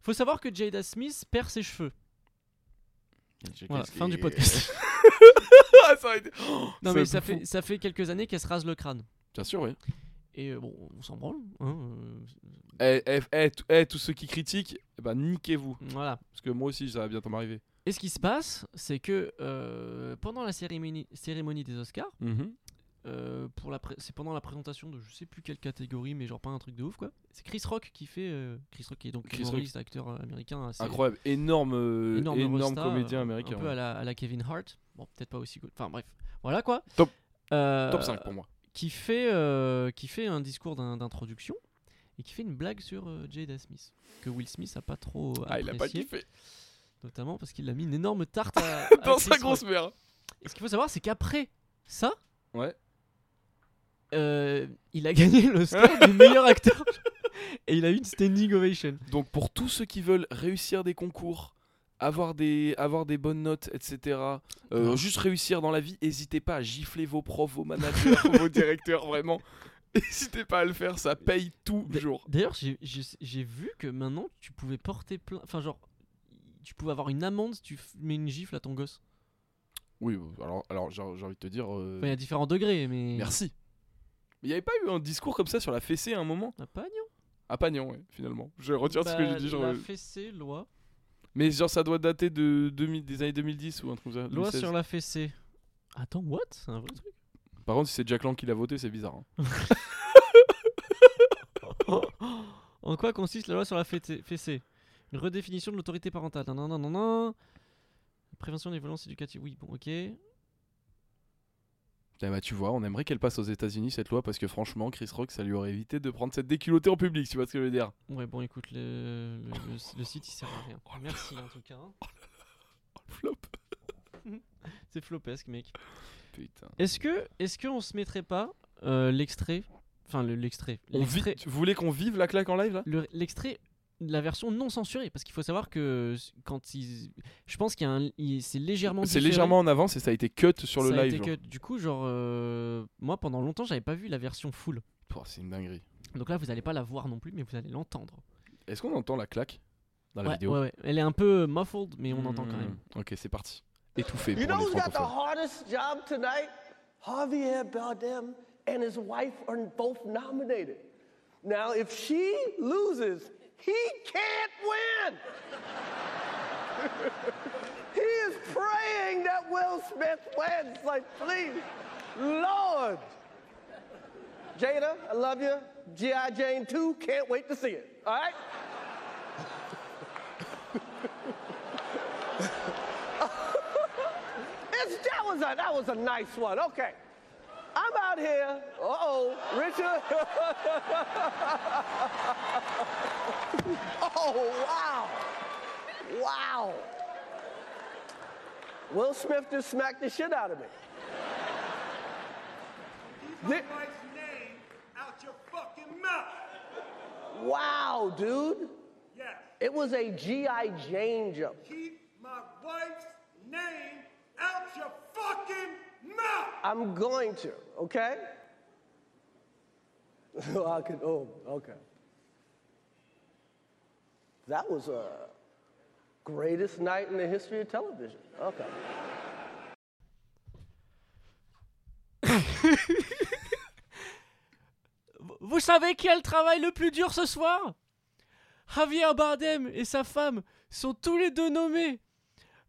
Speaker 5: Faut savoir que Jada Smith perd ses cheveux. Voilà,
Speaker 2: Qu'est-ce
Speaker 5: fin
Speaker 2: qui
Speaker 5: du
Speaker 2: est-
Speaker 5: podcast.
Speaker 2: Ah, ça aurait été- Oh,
Speaker 5: non
Speaker 2: ça
Speaker 5: mais
Speaker 2: aurait
Speaker 5: ça
Speaker 2: été fou.
Speaker 5: fait, ça fait quelques années qu'elle se rase le crâne.
Speaker 2: Bien sûr, oui.
Speaker 5: Et euh, bon, on s'en branle. hein, euh,
Speaker 2: Eh, eh, eh, t- eh, tous ceux qui critiquent, eh ben, niquez-vous.
Speaker 5: voilà.
Speaker 2: Parce que moi aussi, ça va bientôt m'arriver.
Speaker 5: Et ce qui se passe, c'est que euh, pendant la cérémonie, cérémonie des Oscars, euh, pour la pré- c'est pendant la présentation de je sais plus quelle catégorie, mais genre pas un truc de ouf quoi. C'est Chris Rock qui fait. euh, Chris Rock qui est donc
Speaker 2: Chris Rock.
Speaker 5: humoriste, acteur euh, américain. assez-
Speaker 2: Incroyable, énorme, euh, énorme,
Speaker 5: énorme, resta,
Speaker 2: comédien
Speaker 5: euh,
Speaker 2: américain.
Speaker 5: Un peu
Speaker 2: ouais.
Speaker 5: à la, à la Kevin Hart. Bon, peut-être pas aussi good. Enfin bref, voilà quoi.
Speaker 2: Top-
Speaker 5: Euh,
Speaker 2: Top 5 pour moi.
Speaker 5: Qui fait, euh, qui fait un discours d'in- d'introduction et qui fait une blague sur euh, Jada Smith. Que Will Smith a pas trop apprécié.
Speaker 2: Ah, il a pas kiffé.
Speaker 5: Notamment parce qu'il a mis une énorme tarte à, à
Speaker 2: Dans
Speaker 5: Chris
Speaker 2: sa
Speaker 5: Rock.
Speaker 2: grosse mère.
Speaker 5: Et ce qu'il faut savoir, c'est qu'après ça,
Speaker 2: Ouais.
Speaker 5: euh, il a gagné l'Oscar du meilleur acteur. Et il a eu une standing ovation.
Speaker 2: Donc, pour tous ceux qui veulent réussir des concours, avoir des, avoir des bonnes notes, etc.,
Speaker 5: Ah.
Speaker 2: euh, juste réussir dans la vie, n'hésitez pas à gifler vos profs, vos managers, vos directeurs, vraiment. N'hésitez pas à le faire, ça paye toujours.
Speaker 5: D'ailleurs, j'ai- j'ai j'ai vu que maintenant, tu pouvais porter plein. Enfin, genre, tu pouvais avoir une amende si tu f- mets une gifle à ton gosse.
Speaker 2: Oui, euh, alors, alors j'ai j'ai envie de te dire. euh,
Speaker 5: Enfin, il y a différents degrés, mais.
Speaker 2: Merci. Mais il n'y avait pas eu un discours comme ça sur la fessée à un moment
Speaker 5: Ah, pas, non.
Speaker 2: À Pagnon, ouais, finalement. Je retire ce que j'ai
Speaker 5: Bah,
Speaker 2: dit. Genre...
Speaker 5: La fessée, loi.
Speaker 2: Mais genre, ça doit dater de 2000, des années 2010 ou un truc comme ça.
Speaker 5: Loi
Speaker 2: 2016.
Speaker 5: sur la fessée. Attends, what C'est un vrai truc
Speaker 2: Par contre, si c'est Jack Lang qui l'a voté, c'est bizarre. hein. Oh
Speaker 5: En quoi consiste la loi sur la fêté- fessée Une redéfinition de l'autorité parentale. Non, non, non, non. Prévention des violences éducatives. Oui, bon, ok.
Speaker 2: Eh bah, tu vois, on aimerait qu'elle passe aux États-Unis cette loi parce que franchement, Chris Rock, ça lui aurait évité de prendre cette déculottée en public, tu vois ce que je veux dire.
Speaker 5: Ouais, bon, écoute, le, le, le- le site il sert à rien.
Speaker 2: Oh,
Speaker 5: Merci en tout cas. hein.
Speaker 2: Flop.
Speaker 5: C'est flopesque, mec.
Speaker 2: Putain.
Speaker 5: Est-ce que, est-ce que on se mettrait pas euh, l'extrait, enfin le- l'extrait,
Speaker 2: On vit...
Speaker 5: l'extrait,
Speaker 2: Tu voulais qu'on vive la claque en live là
Speaker 5: le- l'extrait la version non censurée parce qu'il faut savoir que s- quand ils je pense qu'il y a un il- c'est légèrement
Speaker 2: C'est
Speaker 5: différé.
Speaker 2: légèrement en avance et ça a été cut sur le
Speaker 5: Ça a
Speaker 2: live.
Speaker 5: été
Speaker 2: genre.
Speaker 5: cut. du coup genre euh, moi pendant longtemps j'avais pas vu la version full
Speaker 2: Pouah, c'est une dinguerie.
Speaker 5: donc là vous allez pas la voir non plus mais vous allez l'entendre
Speaker 2: Est-ce qu'on entend la claque dans la
Speaker 5: ouais,
Speaker 2: vidéo
Speaker 5: ouais, ouais. elle est un peu muffled mais on entend quand
Speaker 2: Hmm,
Speaker 5: même
Speaker 2: Ok, c'est parti. Étouffé
Speaker 4: You
Speaker 2: pour
Speaker 4: know
Speaker 2: les
Speaker 4: who's got the
Speaker 2: francophones.
Speaker 4: hardest job tonight? Javier Bardem and his wife are both nominated. Now, if she loses, he can't win. he is praying that Will Smith wins. Like, please, Lord. Jada, I love you. G.I. Jane 2, can't wait to see it. All right? It's, that was a that was a nice one. Okay. I'm out here. Uh-oh, Richard. oh wow. Wow. Will Smith just smacked the shit out of me.
Speaker 1: My wife's name out your fucking mouth.
Speaker 4: Wow, dude.
Speaker 1: Yes.
Speaker 4: It was a G.I. Jane jump.
Speaker 1: Keep my wife's name out your fucking mouth.
Speaker 4: I'm going to, okay? oh, I could, oh, okay. That was a greatest night in the history of television. Okay.
Speaker 5: vous savez qui a le travail le plus dur ce soir Javier Bardem et sa femme sont tous les deux nommés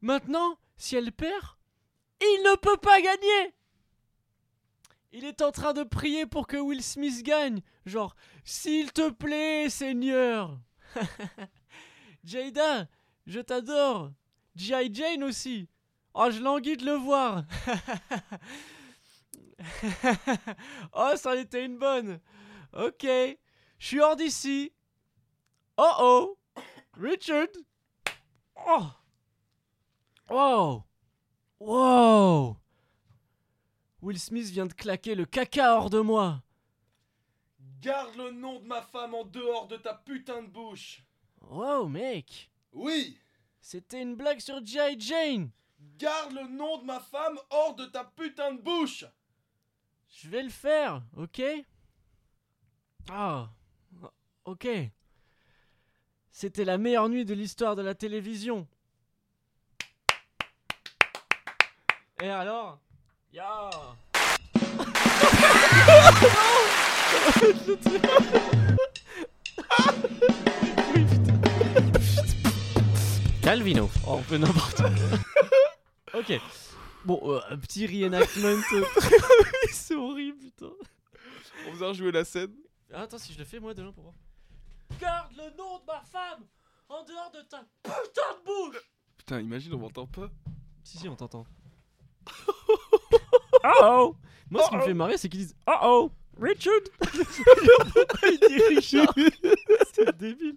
Speaker 5: maintenant si elle perd il ne peut pas gagner il est en train de prier pour que Will Smith gagne genre s'il te plaît Seigneur Jada je t'adore G.I. Jane aussi oh je languis de le voir oh, ça en était une bonne. Ok, je suis hors d'ici. Oh oh, Richard. Oh. Wow. Wow. Will Smith vient de claquer le caca hors de moi.
Speaker 9: Garde le nom de ma femme en dehors de ta putain de bouche.
Speaker 5: Wow, mec.
Speaker 9: Oui,
Speaker 5: C'était une blague sur G.I. Jane.
Speaker 9: garde le nom de ma femme hors de ta putain de bouche.
Speaker 5: Je vais le faire, ok Ah, ok. C'était la meilleure nuit de l'histoire de la télévision. Et alors Ya Calvino. Oh, on fait n'importe quoi. ok. Bon, euh, un petit reenactment. euh, c'est horrible, putain.
Speaker 9: On vous a rejoué la scène.
Speaker 5: Ah, attends, si je le fais, moi, déjà, pour voir. Garde le nom de ma femme en dehors de ta putain de bouche
Speaker 2: Putain, imagine, on m'entend pas.
Speaker 5: Si, si, on t'entend. oh oh Moi, ce qui me fait marrer, c'est qu'ils disent Oh oh Richard Il dit Richard C'est débile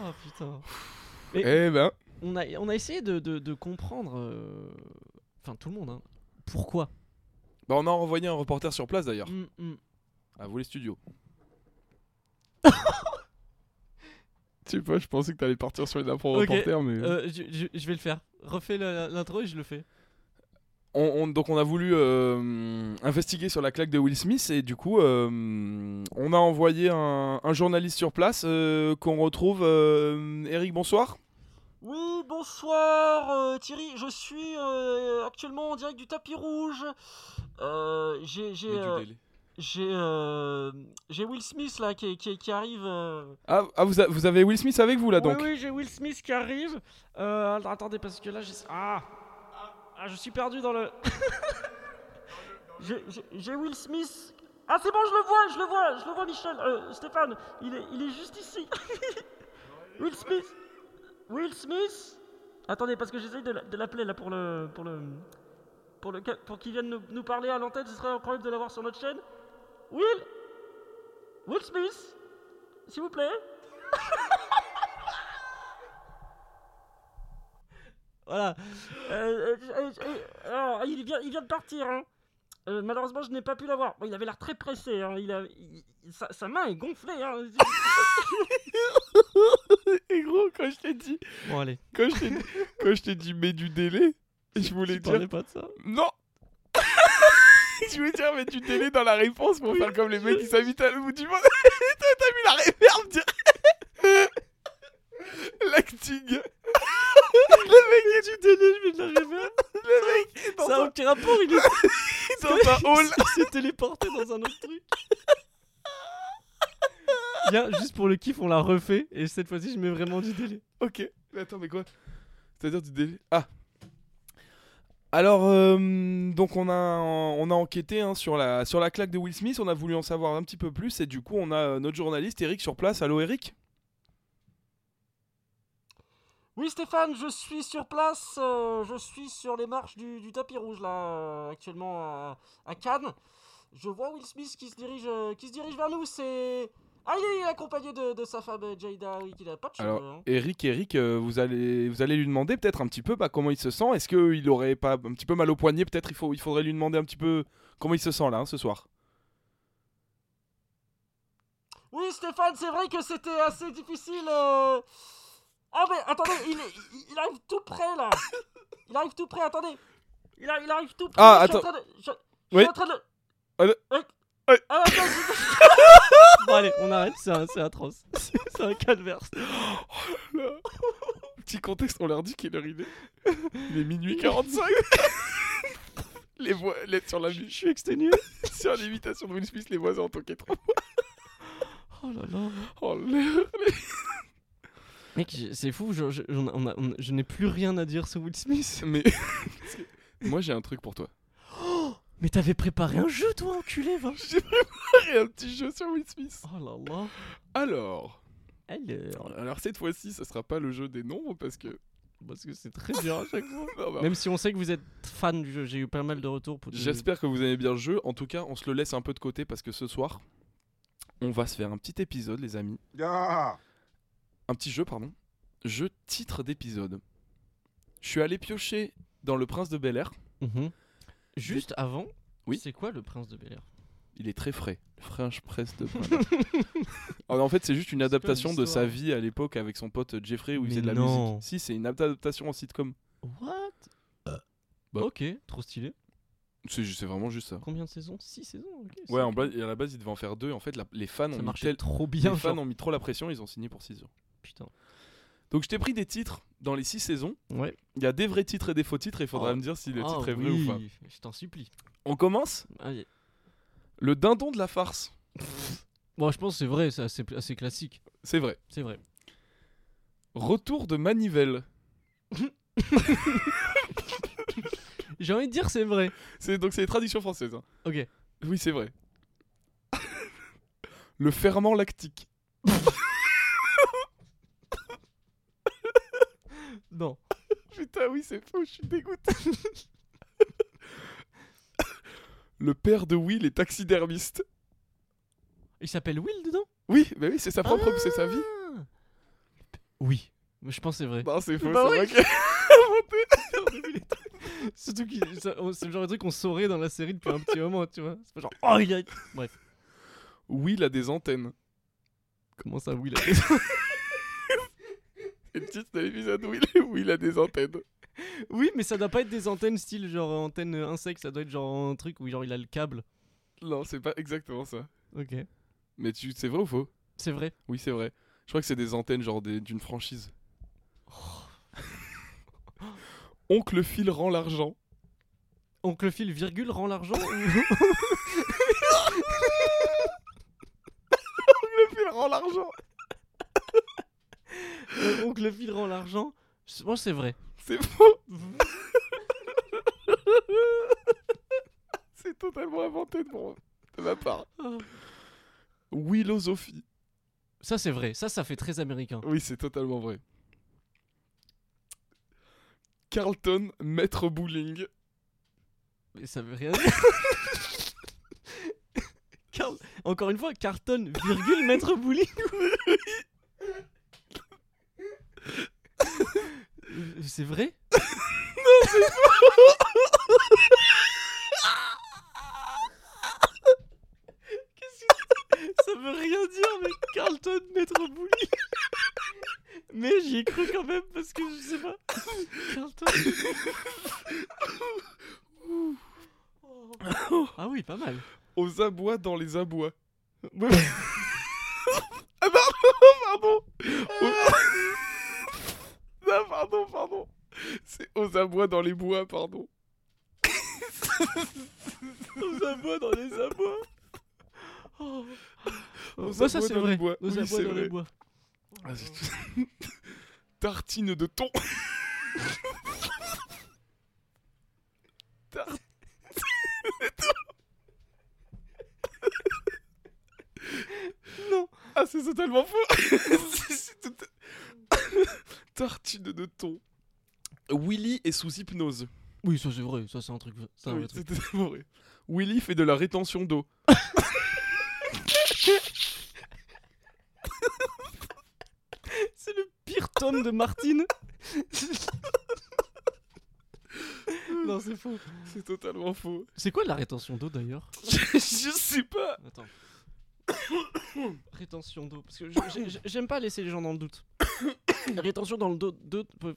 Speaker 5: Oh putain Et-
Speaker 2: Eh ben.
Speaker 5: on a, on a essayé de, de- de comprendre. euh, Enfin, tout le monde, hein. Pourquoi
Speaker 2: Bah, on a envoyé un reporter sur place d'ailleurs.
Speaker 5: Mm, mm.
Speaker 2: À vous les studios.
Speaker 9: Tu sais pas, je pensais que t'allais partir sur une impro
Speaker 5: Ok,
Speaker 9: reporter, mais.
Speaker 5: Euh, je, je- je vais le faire. Refais la- la- l'intro et je le fais.
Speaker 2: On, on- donc on a voulu euh, investiguer sur la claque de Will Smith et du coup euh, on a envoyé un, un journaliste sur place euh, qu'on retrouve euh, Eric bonsoir
Speaker 5: Oui, bonsoir euh, Thierry, je suis euh, actuellement en direct du tapis rouge. Euh, j'ai j'ai euh, j'ai euh, j'ai Will Smith là qui, qui, qui arrive. euh.
Speaker 2: ah, ah, vous, a- vous avez Will Smith avec vous là donc
Speaker 5: Oui, oui, j'ai Will Smith qui arrive. Euh, att- attendez, parce que là, j'ai... Ah, Ah, ah, je suis perdu dans le... J'ai- j'ai j'ai Will Smith... Ah, c'est bon, je le vois, je le vois, je le vois, Michel. Euh, Stéphane, il est, il est juste ici. Will Smith. Will Smith. Attendez, parce que j'essaye de la- de l'appeler là pour le... Pour le... Pour, le, pour qu'il vienne nous, nous parler à l'antenne, ce serait incroyable de l'avoir sur notre chaîne. Will Will Smith S'il vous plaît Voilà. Euh, euh, euh, euh, alors, il, vient, il vient de partir. hein. Euh, malheureusement, je n'ai pas pu l'avoir. Bon, il avait l'air très pressé. hein. Il a- il- sa, sa main est gonflée. hein.
Speaker 9: Et gros, quand je t'ai dit,
Speaker 5: Bon, allez.
Speaker 9: quand je t'ai dit, quand je t'ai dit, mets du délai, je voulais
Speaker 5: Tu
Speaker 9: dire
Speaker 5: parlais pas de ça
Speaker 9: non. je voulais dire, mets du délai dans la réponse pour faire comme les mecs qui s'habitent à l'autre bout du monde. Et toi, t'as mis la réverb direct. L'acting. le mec est du délai, je mets de la réverb. Le mec est dans
Speaker 5: Ça a
Speaker 9: un,
Speaker 5: aucun rapport, il est
Speaker 9: dans un hall.
Speaker 5: il s'est téléporté dans un autre truc. Viens, juste pour le kiff, on l'a refait et cette fois-ci, je mets vraiment du délai.
Speaker 9: Ok. Mais attends, mais quoi C'est-à-dire du délai Ah alors, euh, donc on a, on a enquêté hein, sur, la, sur la claque de Will Smith, on a voulu en savoir un petit peu plus, et du coup on a euh, notre journaliste Eric sur place. Allô Eric
Speaker 10: Oui Stéphane, je suis sur place, euh, je suis sur les marches du, du tapis rouge là, euh, actuellement à, à Cannes. Je vois Will Smith qui se dirige, euh, qui se dirige vers nous, c'est... Ah il est, il est accompagné de, de sa femme euh, Jada, oui, qu'il a pas de cheveux.
Speaker 2: Alors,
Speaker 10: hein.
Speaker 2: Eric, Eric, euh, vous, allez, vous allez lui demander peut-être un petit peu bah, comment il se sent. Est-ce qu'il aurait pas un petit peu mal au poignet Peut-être il, faut, il faudrait lui demander un petit peu comment il se sent là hein, ce soir.
Speaker 10: Oui Stéphane, c'est vrai que c'était assez difficile. euh. Ah mais attendez, il, est- il- il arrive tout près là. Il arrive tout près, attendez. Il, a- il arrive tout près.
Speaker 2: Ah,
Speaker 10: je suis en
Speaker 2: attends.
Speaker 10: train de- je- je
Speaker 2: Oui.
Speaker 10: suis en train de...
Speaker 2: Ah, le-
Speaker 10: Oui.
Speaker 2: Oui.
Speaker 10: Ah, attends, je-
Speaker 5: Bon, allez, on arrête, c'est un- c'est atroce. C'est un calvaire.
Speaker 9: Oh Petit contexte, on leur dit quelle heure il est. Il est minuit 45 les voix, les, Sur la
Speaker 5: Je suis exténué.
Speaker 9: sur l'imitation de Will Smith, les voisins ont toqué trop.
Speaker 5: Oh là là.
Speaker 9: Oh, le-
Speaker 5: Mec, j'ai- c'est fou, je, je- on a- on a- on a- je n'ai plus rien à dire sur Will Smith.
Speaker 9: Mais moi j'ai un truc pour toi.
Speaker 5: Mais t'avais préparé un jeu, toi, enculé, va
Speaker 9: J'ai préparé un petit jeu sur Will Smith.
Speaker 5: Oh là là.
Speaker 9: Alors,
Speaker 5: Alors,
Speaker 9: alors cette fois-ci, ça sera pas le jeu des nombres parce que
Speaker 5: parce que c'est très dur à chaque fois.
Speaker 9: Non, mais
Speaker 5: Même si on sait que vous êtes fan du jeu, j'ai eu pas mal de retours pour.
Speaker 2: J'espère que vous aimez bien le jeu. En tout cas, on se le laisse un peu de côté parce que ce soir, on va se faire un petit épisode, les amis.
Speaker 1: Ah,
Speaker 2: Un petit jeu, pardon. Jeu titre d'épisode. Je suis allé piocher dans Le Prince de Bel Air.
Speaker 5: Mhm. Juste avant,
Speaker 2: Oui.
Speaker 5: c'est quoi le prince de Bel Air
Speaker 2: Il est très frais. Le French Prince de Bel Air. Alors, en fait, c'est juste une adaptation de sa
Speaker 5: histoire.
Speaker 2: vie à l'époque avec son pote Jeffrey où il
Speaker 5: Mais
Speaker 2: faisait de la
Speaker 5: non.
Speaker 2: musique. Si, c'est une adaptation en sitcom.
Speaker 5: What
Speaker 9: Euh,
Speaker 2: Bah.
Speaker 5: Ok, trop stylé.
Speaker 2: C'est ju- c'est vraiment juste ça.
Speaker 5: Combien de saisons 6 saisons ok, c'est-
Speaker 2: Ouais, en bas- à la base, il devait en faire deux. En fait, la- les fans,
Speaker 5: Ça
Speaker 2: ont mis,
Speaker 5: marchait
Speaker 2: tel-
Speaker 5: trop
Speaker 2: les
Speaker 5: bien.
Speaker 2: fans
Speaker 5: genre.
Speaker 2: ont mis trop la pression, ils ont signé pour 6 ans.
Speaker 5: Putain.
Speaker 2: Donc, je t'ai pris des titres dans les six saisons.
Speaker 5: Ouais.
Speaker 2: Il y a des vrais titres et des faux titres, et il faudra
Speaker 5: Oh.
Speaker 2: me dire si le
Speaker 5: Ah
Speaker 2: titre est vrai
Speaker 5: oui,
Speaker 2: ou pas.
Speaker 5: Je t'en supplie.
Speaker 2: On commence
Speaker 5: Allez.
Speaker 2: Le dindon de la farce.
Speaker 5: Bon, je pense que c'est vrai, c'est assez, assez classique.
Speaker 2: C'est vrai.
Speaker 5: C'est vrai.
Speaker 2: Retour de Manivelle.
Speaker 5: J'ai envie de dire c'est vrai.
Speaker 9: c'est donc c'est les traductions françaises. hein.
Speaker 5: Ok.
Speaker 9: Oui, c'est vrai. le ferment lactique.
Speaker 5: Non.
Speaker 9: Putain, oui, c'est faux, je suis dégoûté. le père de Will est taxidermiste.
Speaker 5: Il s'appelle Will dedans
Speaker 9: Oui, bah oui, c'est sa propre, c'est sa vie.
Speaker 5: Ah. Oui. Mais je pense que c'est vrai.
Speaker 9: Non, c'est faux,
Speaker 5: Bah
Speaker 9: c'est
Speaker 5: oui.
Speaker 9: vrai que-
Speaker 5: Surtout que ça- on- c'est le genre de truc qu'on saurait dans la série depuis un petit moment, tu vois. C'est pas genre, oh, il a.
Speaker 9: Will a des antennes.
Speaker 5: Comment ça, Will
Speaker 9: C'est le titre de l'épisode Will, Will a des antennes.
Speaker 5: Oui, mais ça doit pas être des antennes style genre euh, antenne euh, insecte, ça doit être genre un truc où genre il a le câble.
Speaker 9: Non, c'est pas exactement ça.
Speaker 5: Ok.
Speaker 9: Mais tu, c'est vrai ou faux
Speaker 5: C'est vrai.
Speaker 9: Oui, c'est vrai. Je crois que c'est des antennes genre des- d'une franchise. Oncle Phil rend l'argent.
Speaker 5: Oncle Phil, virgule, rend l'argent ou-
Speaker 9: Phil rend l'argent
Speaker 5: Euh, Oncle Phil rend l'argent C'est- Moi, c'est vrai.
Speaker 9: C'est faux C'est totalement inventé de, mon- de ma part. Ah. Willosophie.
Speaker 5: Ça, c'est vrai. Ça, ça fait très américain.
Speaker 9: Oui, c'est totalement vrai. Carlton, maître bowling.
Speaker 5: Mais ça veut rien dire. Carl- Encore une fois, Carton, virgule, maître Bouli. Euh, c'est vrai Non, c'est faux Qu'est-ce que... Ça veut rien dire, mais Carlton, maître Bouli. Ah oui, pas mal.
Speaker 2: aux abois dans les abois. Ouais. ah pardon, pardon. Aux- non, pardon, pardon. C'est aux abois dans les bois, pardon.
Speaker 5: Aux abois dans les abois. Oh.
Speaker 2: Aux
Speaker 5: Ouais, ça
Speaker 2: abois
Speaker 5: c'est
Speaker 2: dans les
Speaker 5: vrai.
Speaker 2: bois.
Speaker 5: Aux
Speaker 2: Oui,
Speaker 5: abois
Speaker 2: c'est
Speaker 5: dans les
Speaker 2: vrai.
Speaker 5: bois.
Speaker 2: Ah, c'est- Tartine de thon. Tartine de thon. Non. Ah, c'est totalement faux. C'est- c'est tout- Tartine de thon. Willy est sous hypnose.
Speaker 5: Oui, ça c'est vrai. Ça c'est un truc. C'est un
Speaker 2: Ah oui,
Speaker 5: vrai truc.
Speaker 2: c'est totalement vrai. Willy fait de la rétention d'eau.
Speaker 5: C'est le pire tome de Martine. non, c'est faux.
Speaker 2: C'est totalement faux.
Speaker 5: C'est quoi la rétention d'eau d'ailleurs
Speaker 2: Je sais pas.
Speaker 5: Attends. rétention d'eau. Parce que je- j'ai- j'ai- j'aime pas laisser les gens dans le doute. rétention dans le dos. d'eau peut-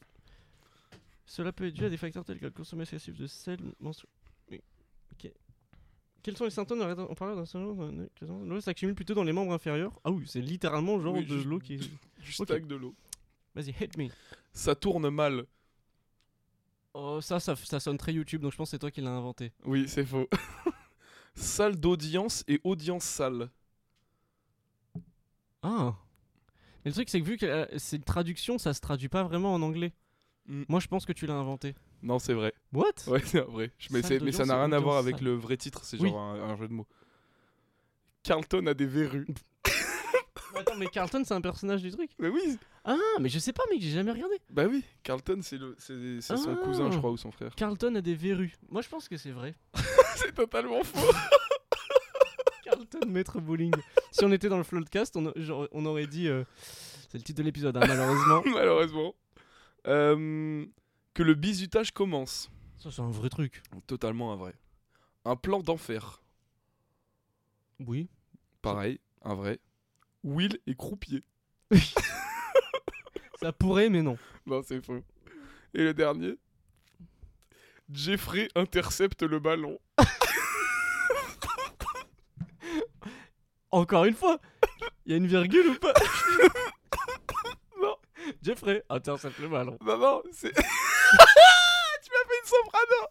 Speaker 5: Cela peut être dû à des facteurs tels que la consommation excessive de sel. menstru- Mais, ok. Quels sont les symptômes de la rétention On parlait d'un syndrome de- L'eau s'accumule plutôt dans les membres inférieurs. Ah oui, c'est littéralement genre
Speaker 2: Oui,
Speaker 5: de
Speaker 2: juste-
Speaker 5: l'eau qui.
Speaker 2: Je
Speaker 5: Ok.
Speaker 2: stagne de l'eau.
Speaker 5: Vas-y, hit me.
Speaker 2: Ça tourne mal.
Speaker 5: Oh, ça, ça, ça sonne très YouTube, donc je pense que c'est toi qui l'as inventé.
Speaker 2: Oui, c'est faux. salle d'audience et audience salle.
Speaker 5: Ah. Mais le truc, c'est que vu que euh, c'est une traduction, ça se traduit pas vraiment en anglais.
Speaker 2: Mm.
Speaker 5: Moi, je pense que tu l'as inventé.
Speaker 2: Non, c'est vrai.
Speaker 5: What
Speaker 2: Ouais, c'est vrai. Je- mais,
Speaker 5: Salle
Speaker 2: c'est- mais ça
Speaker 5: d'audience
Speaker 2: n'a
Speaker 5: et
Speaker 2: rien à voir
Speaker 5: audience
Speaker 2: avec
Speaker 5: salle.
Speaker 2: le vrai titre, c'est
Speaker 5: Oui.
Speaker 2: genre un, un jeu de mots. Carlton a des verrues.
Speaker 5: Attends, mais Carlton, c'est un personnage du truc
Speaker 2: mais oui,
Speaker 5: Ah, mais je sais pas, mec, j'ai jamais regardé.
Speaker 2: bah oui. Carlton, c'est le- c'est- c'est son
Speaker 5: Ah.
Speaker 2: cousin, je crois, ou son frère.
Speaker 5: Carlton a des verrues. Moi, je pense que c'est vrai.
Speaker 2: c'est totalement faux.
Speaker 5: Carlton, maître bowling. si on était dans le floodcast, on, a- genre, on aurait dit. euh, C'est le titre de l'épisode, hein, malheureusement.
Speaker 2: Malheureusement. Euh, que le bizutage commence.
Speaker 5: Ça, c'est un vrai truc.
Speaker 2: Totalement un vrai. Un plan d'enfer.
Speaker 5: Oui.
Speaker 2: Pareil, un vrai. Will est croupier.
Speaker 5: Ça pourrait, mais non.
Speaker 2: Non, c'est faux. Et le dernier Jeffrey intercepte le ballon.
Speaker 5: Encore une fois Il y a une virgule ou pas
Speaker 2: Non.
Speaker 5: Jeffrey, Ah, intercepte le ballon.
Speaker 2: Non, non, c'est. tu m'as fait une soprano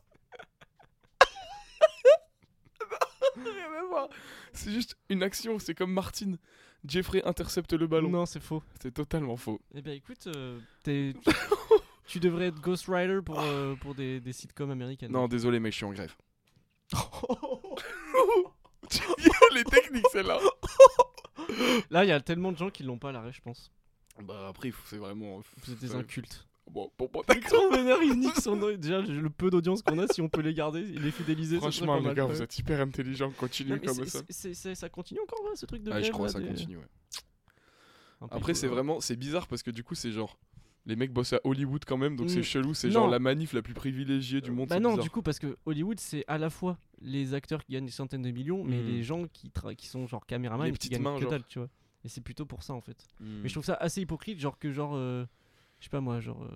Speaker 2: Non, Rien à voir. C'est juste une action, c'est comme Martine. Jeffrey intercepte le ballon.
Speaker 5: Non, c'est faux.
Speaker 2: C'est totalement faux.
Speaker 5: Eh bien, écoute, euh, t'es- tu- tu devrais être ghostwriter pour, euh, pour des, des sitcoms américaines.
Speaker 2: Non, désolé, mec, je suis en grève. Yo, les techniques, celle-là
Speaker 5: Là, il y a tellement de gens qui l'ont pas, l'arrêt, je pense.
Speaker 2: Bah, après, faut- c'est vraiment.
Speaker 5: Vous êtes des incultes.
Speaker 2: Bon, bon, bon, d'accord.
Speaker 5: Trop vénère, ils niquent son oeil. Déjà, le le peu d'audience qu'on a, si on peut les garder, les fidéliser, ça serait
Speaker 2: Franchement,
Speaker 5: pas
Speaker 2: les
Speaker 5: mal,
Speaker 2: gars,
Speaker 5: quand
Speaker 2: vous
Speaker 5: même.
Speaker 2: êtes hyper intelligents.
Speaker 5: Non,
Speaker 2: Continuez
Speaker 5: mais
Speaker 2: comme
Speaker 5: c'est-
Speaker 2: ça.
Speaker 5: c'est- c'est- ça continue encore, ouais, ce truc de
Speaker 2: Ah, je
Speaker 5: grève,
Speaker 2: crois
Speaker 5: là,
Speaker 2: ça
Speaker 5: des-
Speaker 2: continue, ouais.
Speaker 5: Un peu,
Speaker 2: Après,
Speaker 5: faut-
Speaker 2: c'est vraiment c'est bizarre parce que du coup, c'est genre les mecs bossent à Hollywood quand même, donc c'est
Speaker 5: Mm.
Speaker 2: chelou. C'est
Speaker 5: Non.
Speaker 2: genre la manif la plus privilégiée du monde.
Speaker 5: Bah
Speaker 2: c'est
Speaker 5: non,
Speaker 2: bizarre.
Speaker 5: du coup, parce que Hollywood, c'est à la fois les acteurs qui gagnent des centaines de millions, mais
Speaker 2: Mm.
Speaker 5: les gens qui, tra- qui sont genre caméramans
Speaker 2: Les
Speaker 5: et qui
Speaker 2: petites
Speaker 5: gagnent
Speaker 2: mains,
Speaker 5: que
Speaker 2: genre.
Speaker 5: dalle, tu vois. Et c'est plutôt pour ça, en fait.
Speaker 2: Mm.
Speaker 5: Mais je trouve ça assez hypocrite, genre que genre, euh, je sais pas moi, genre euh,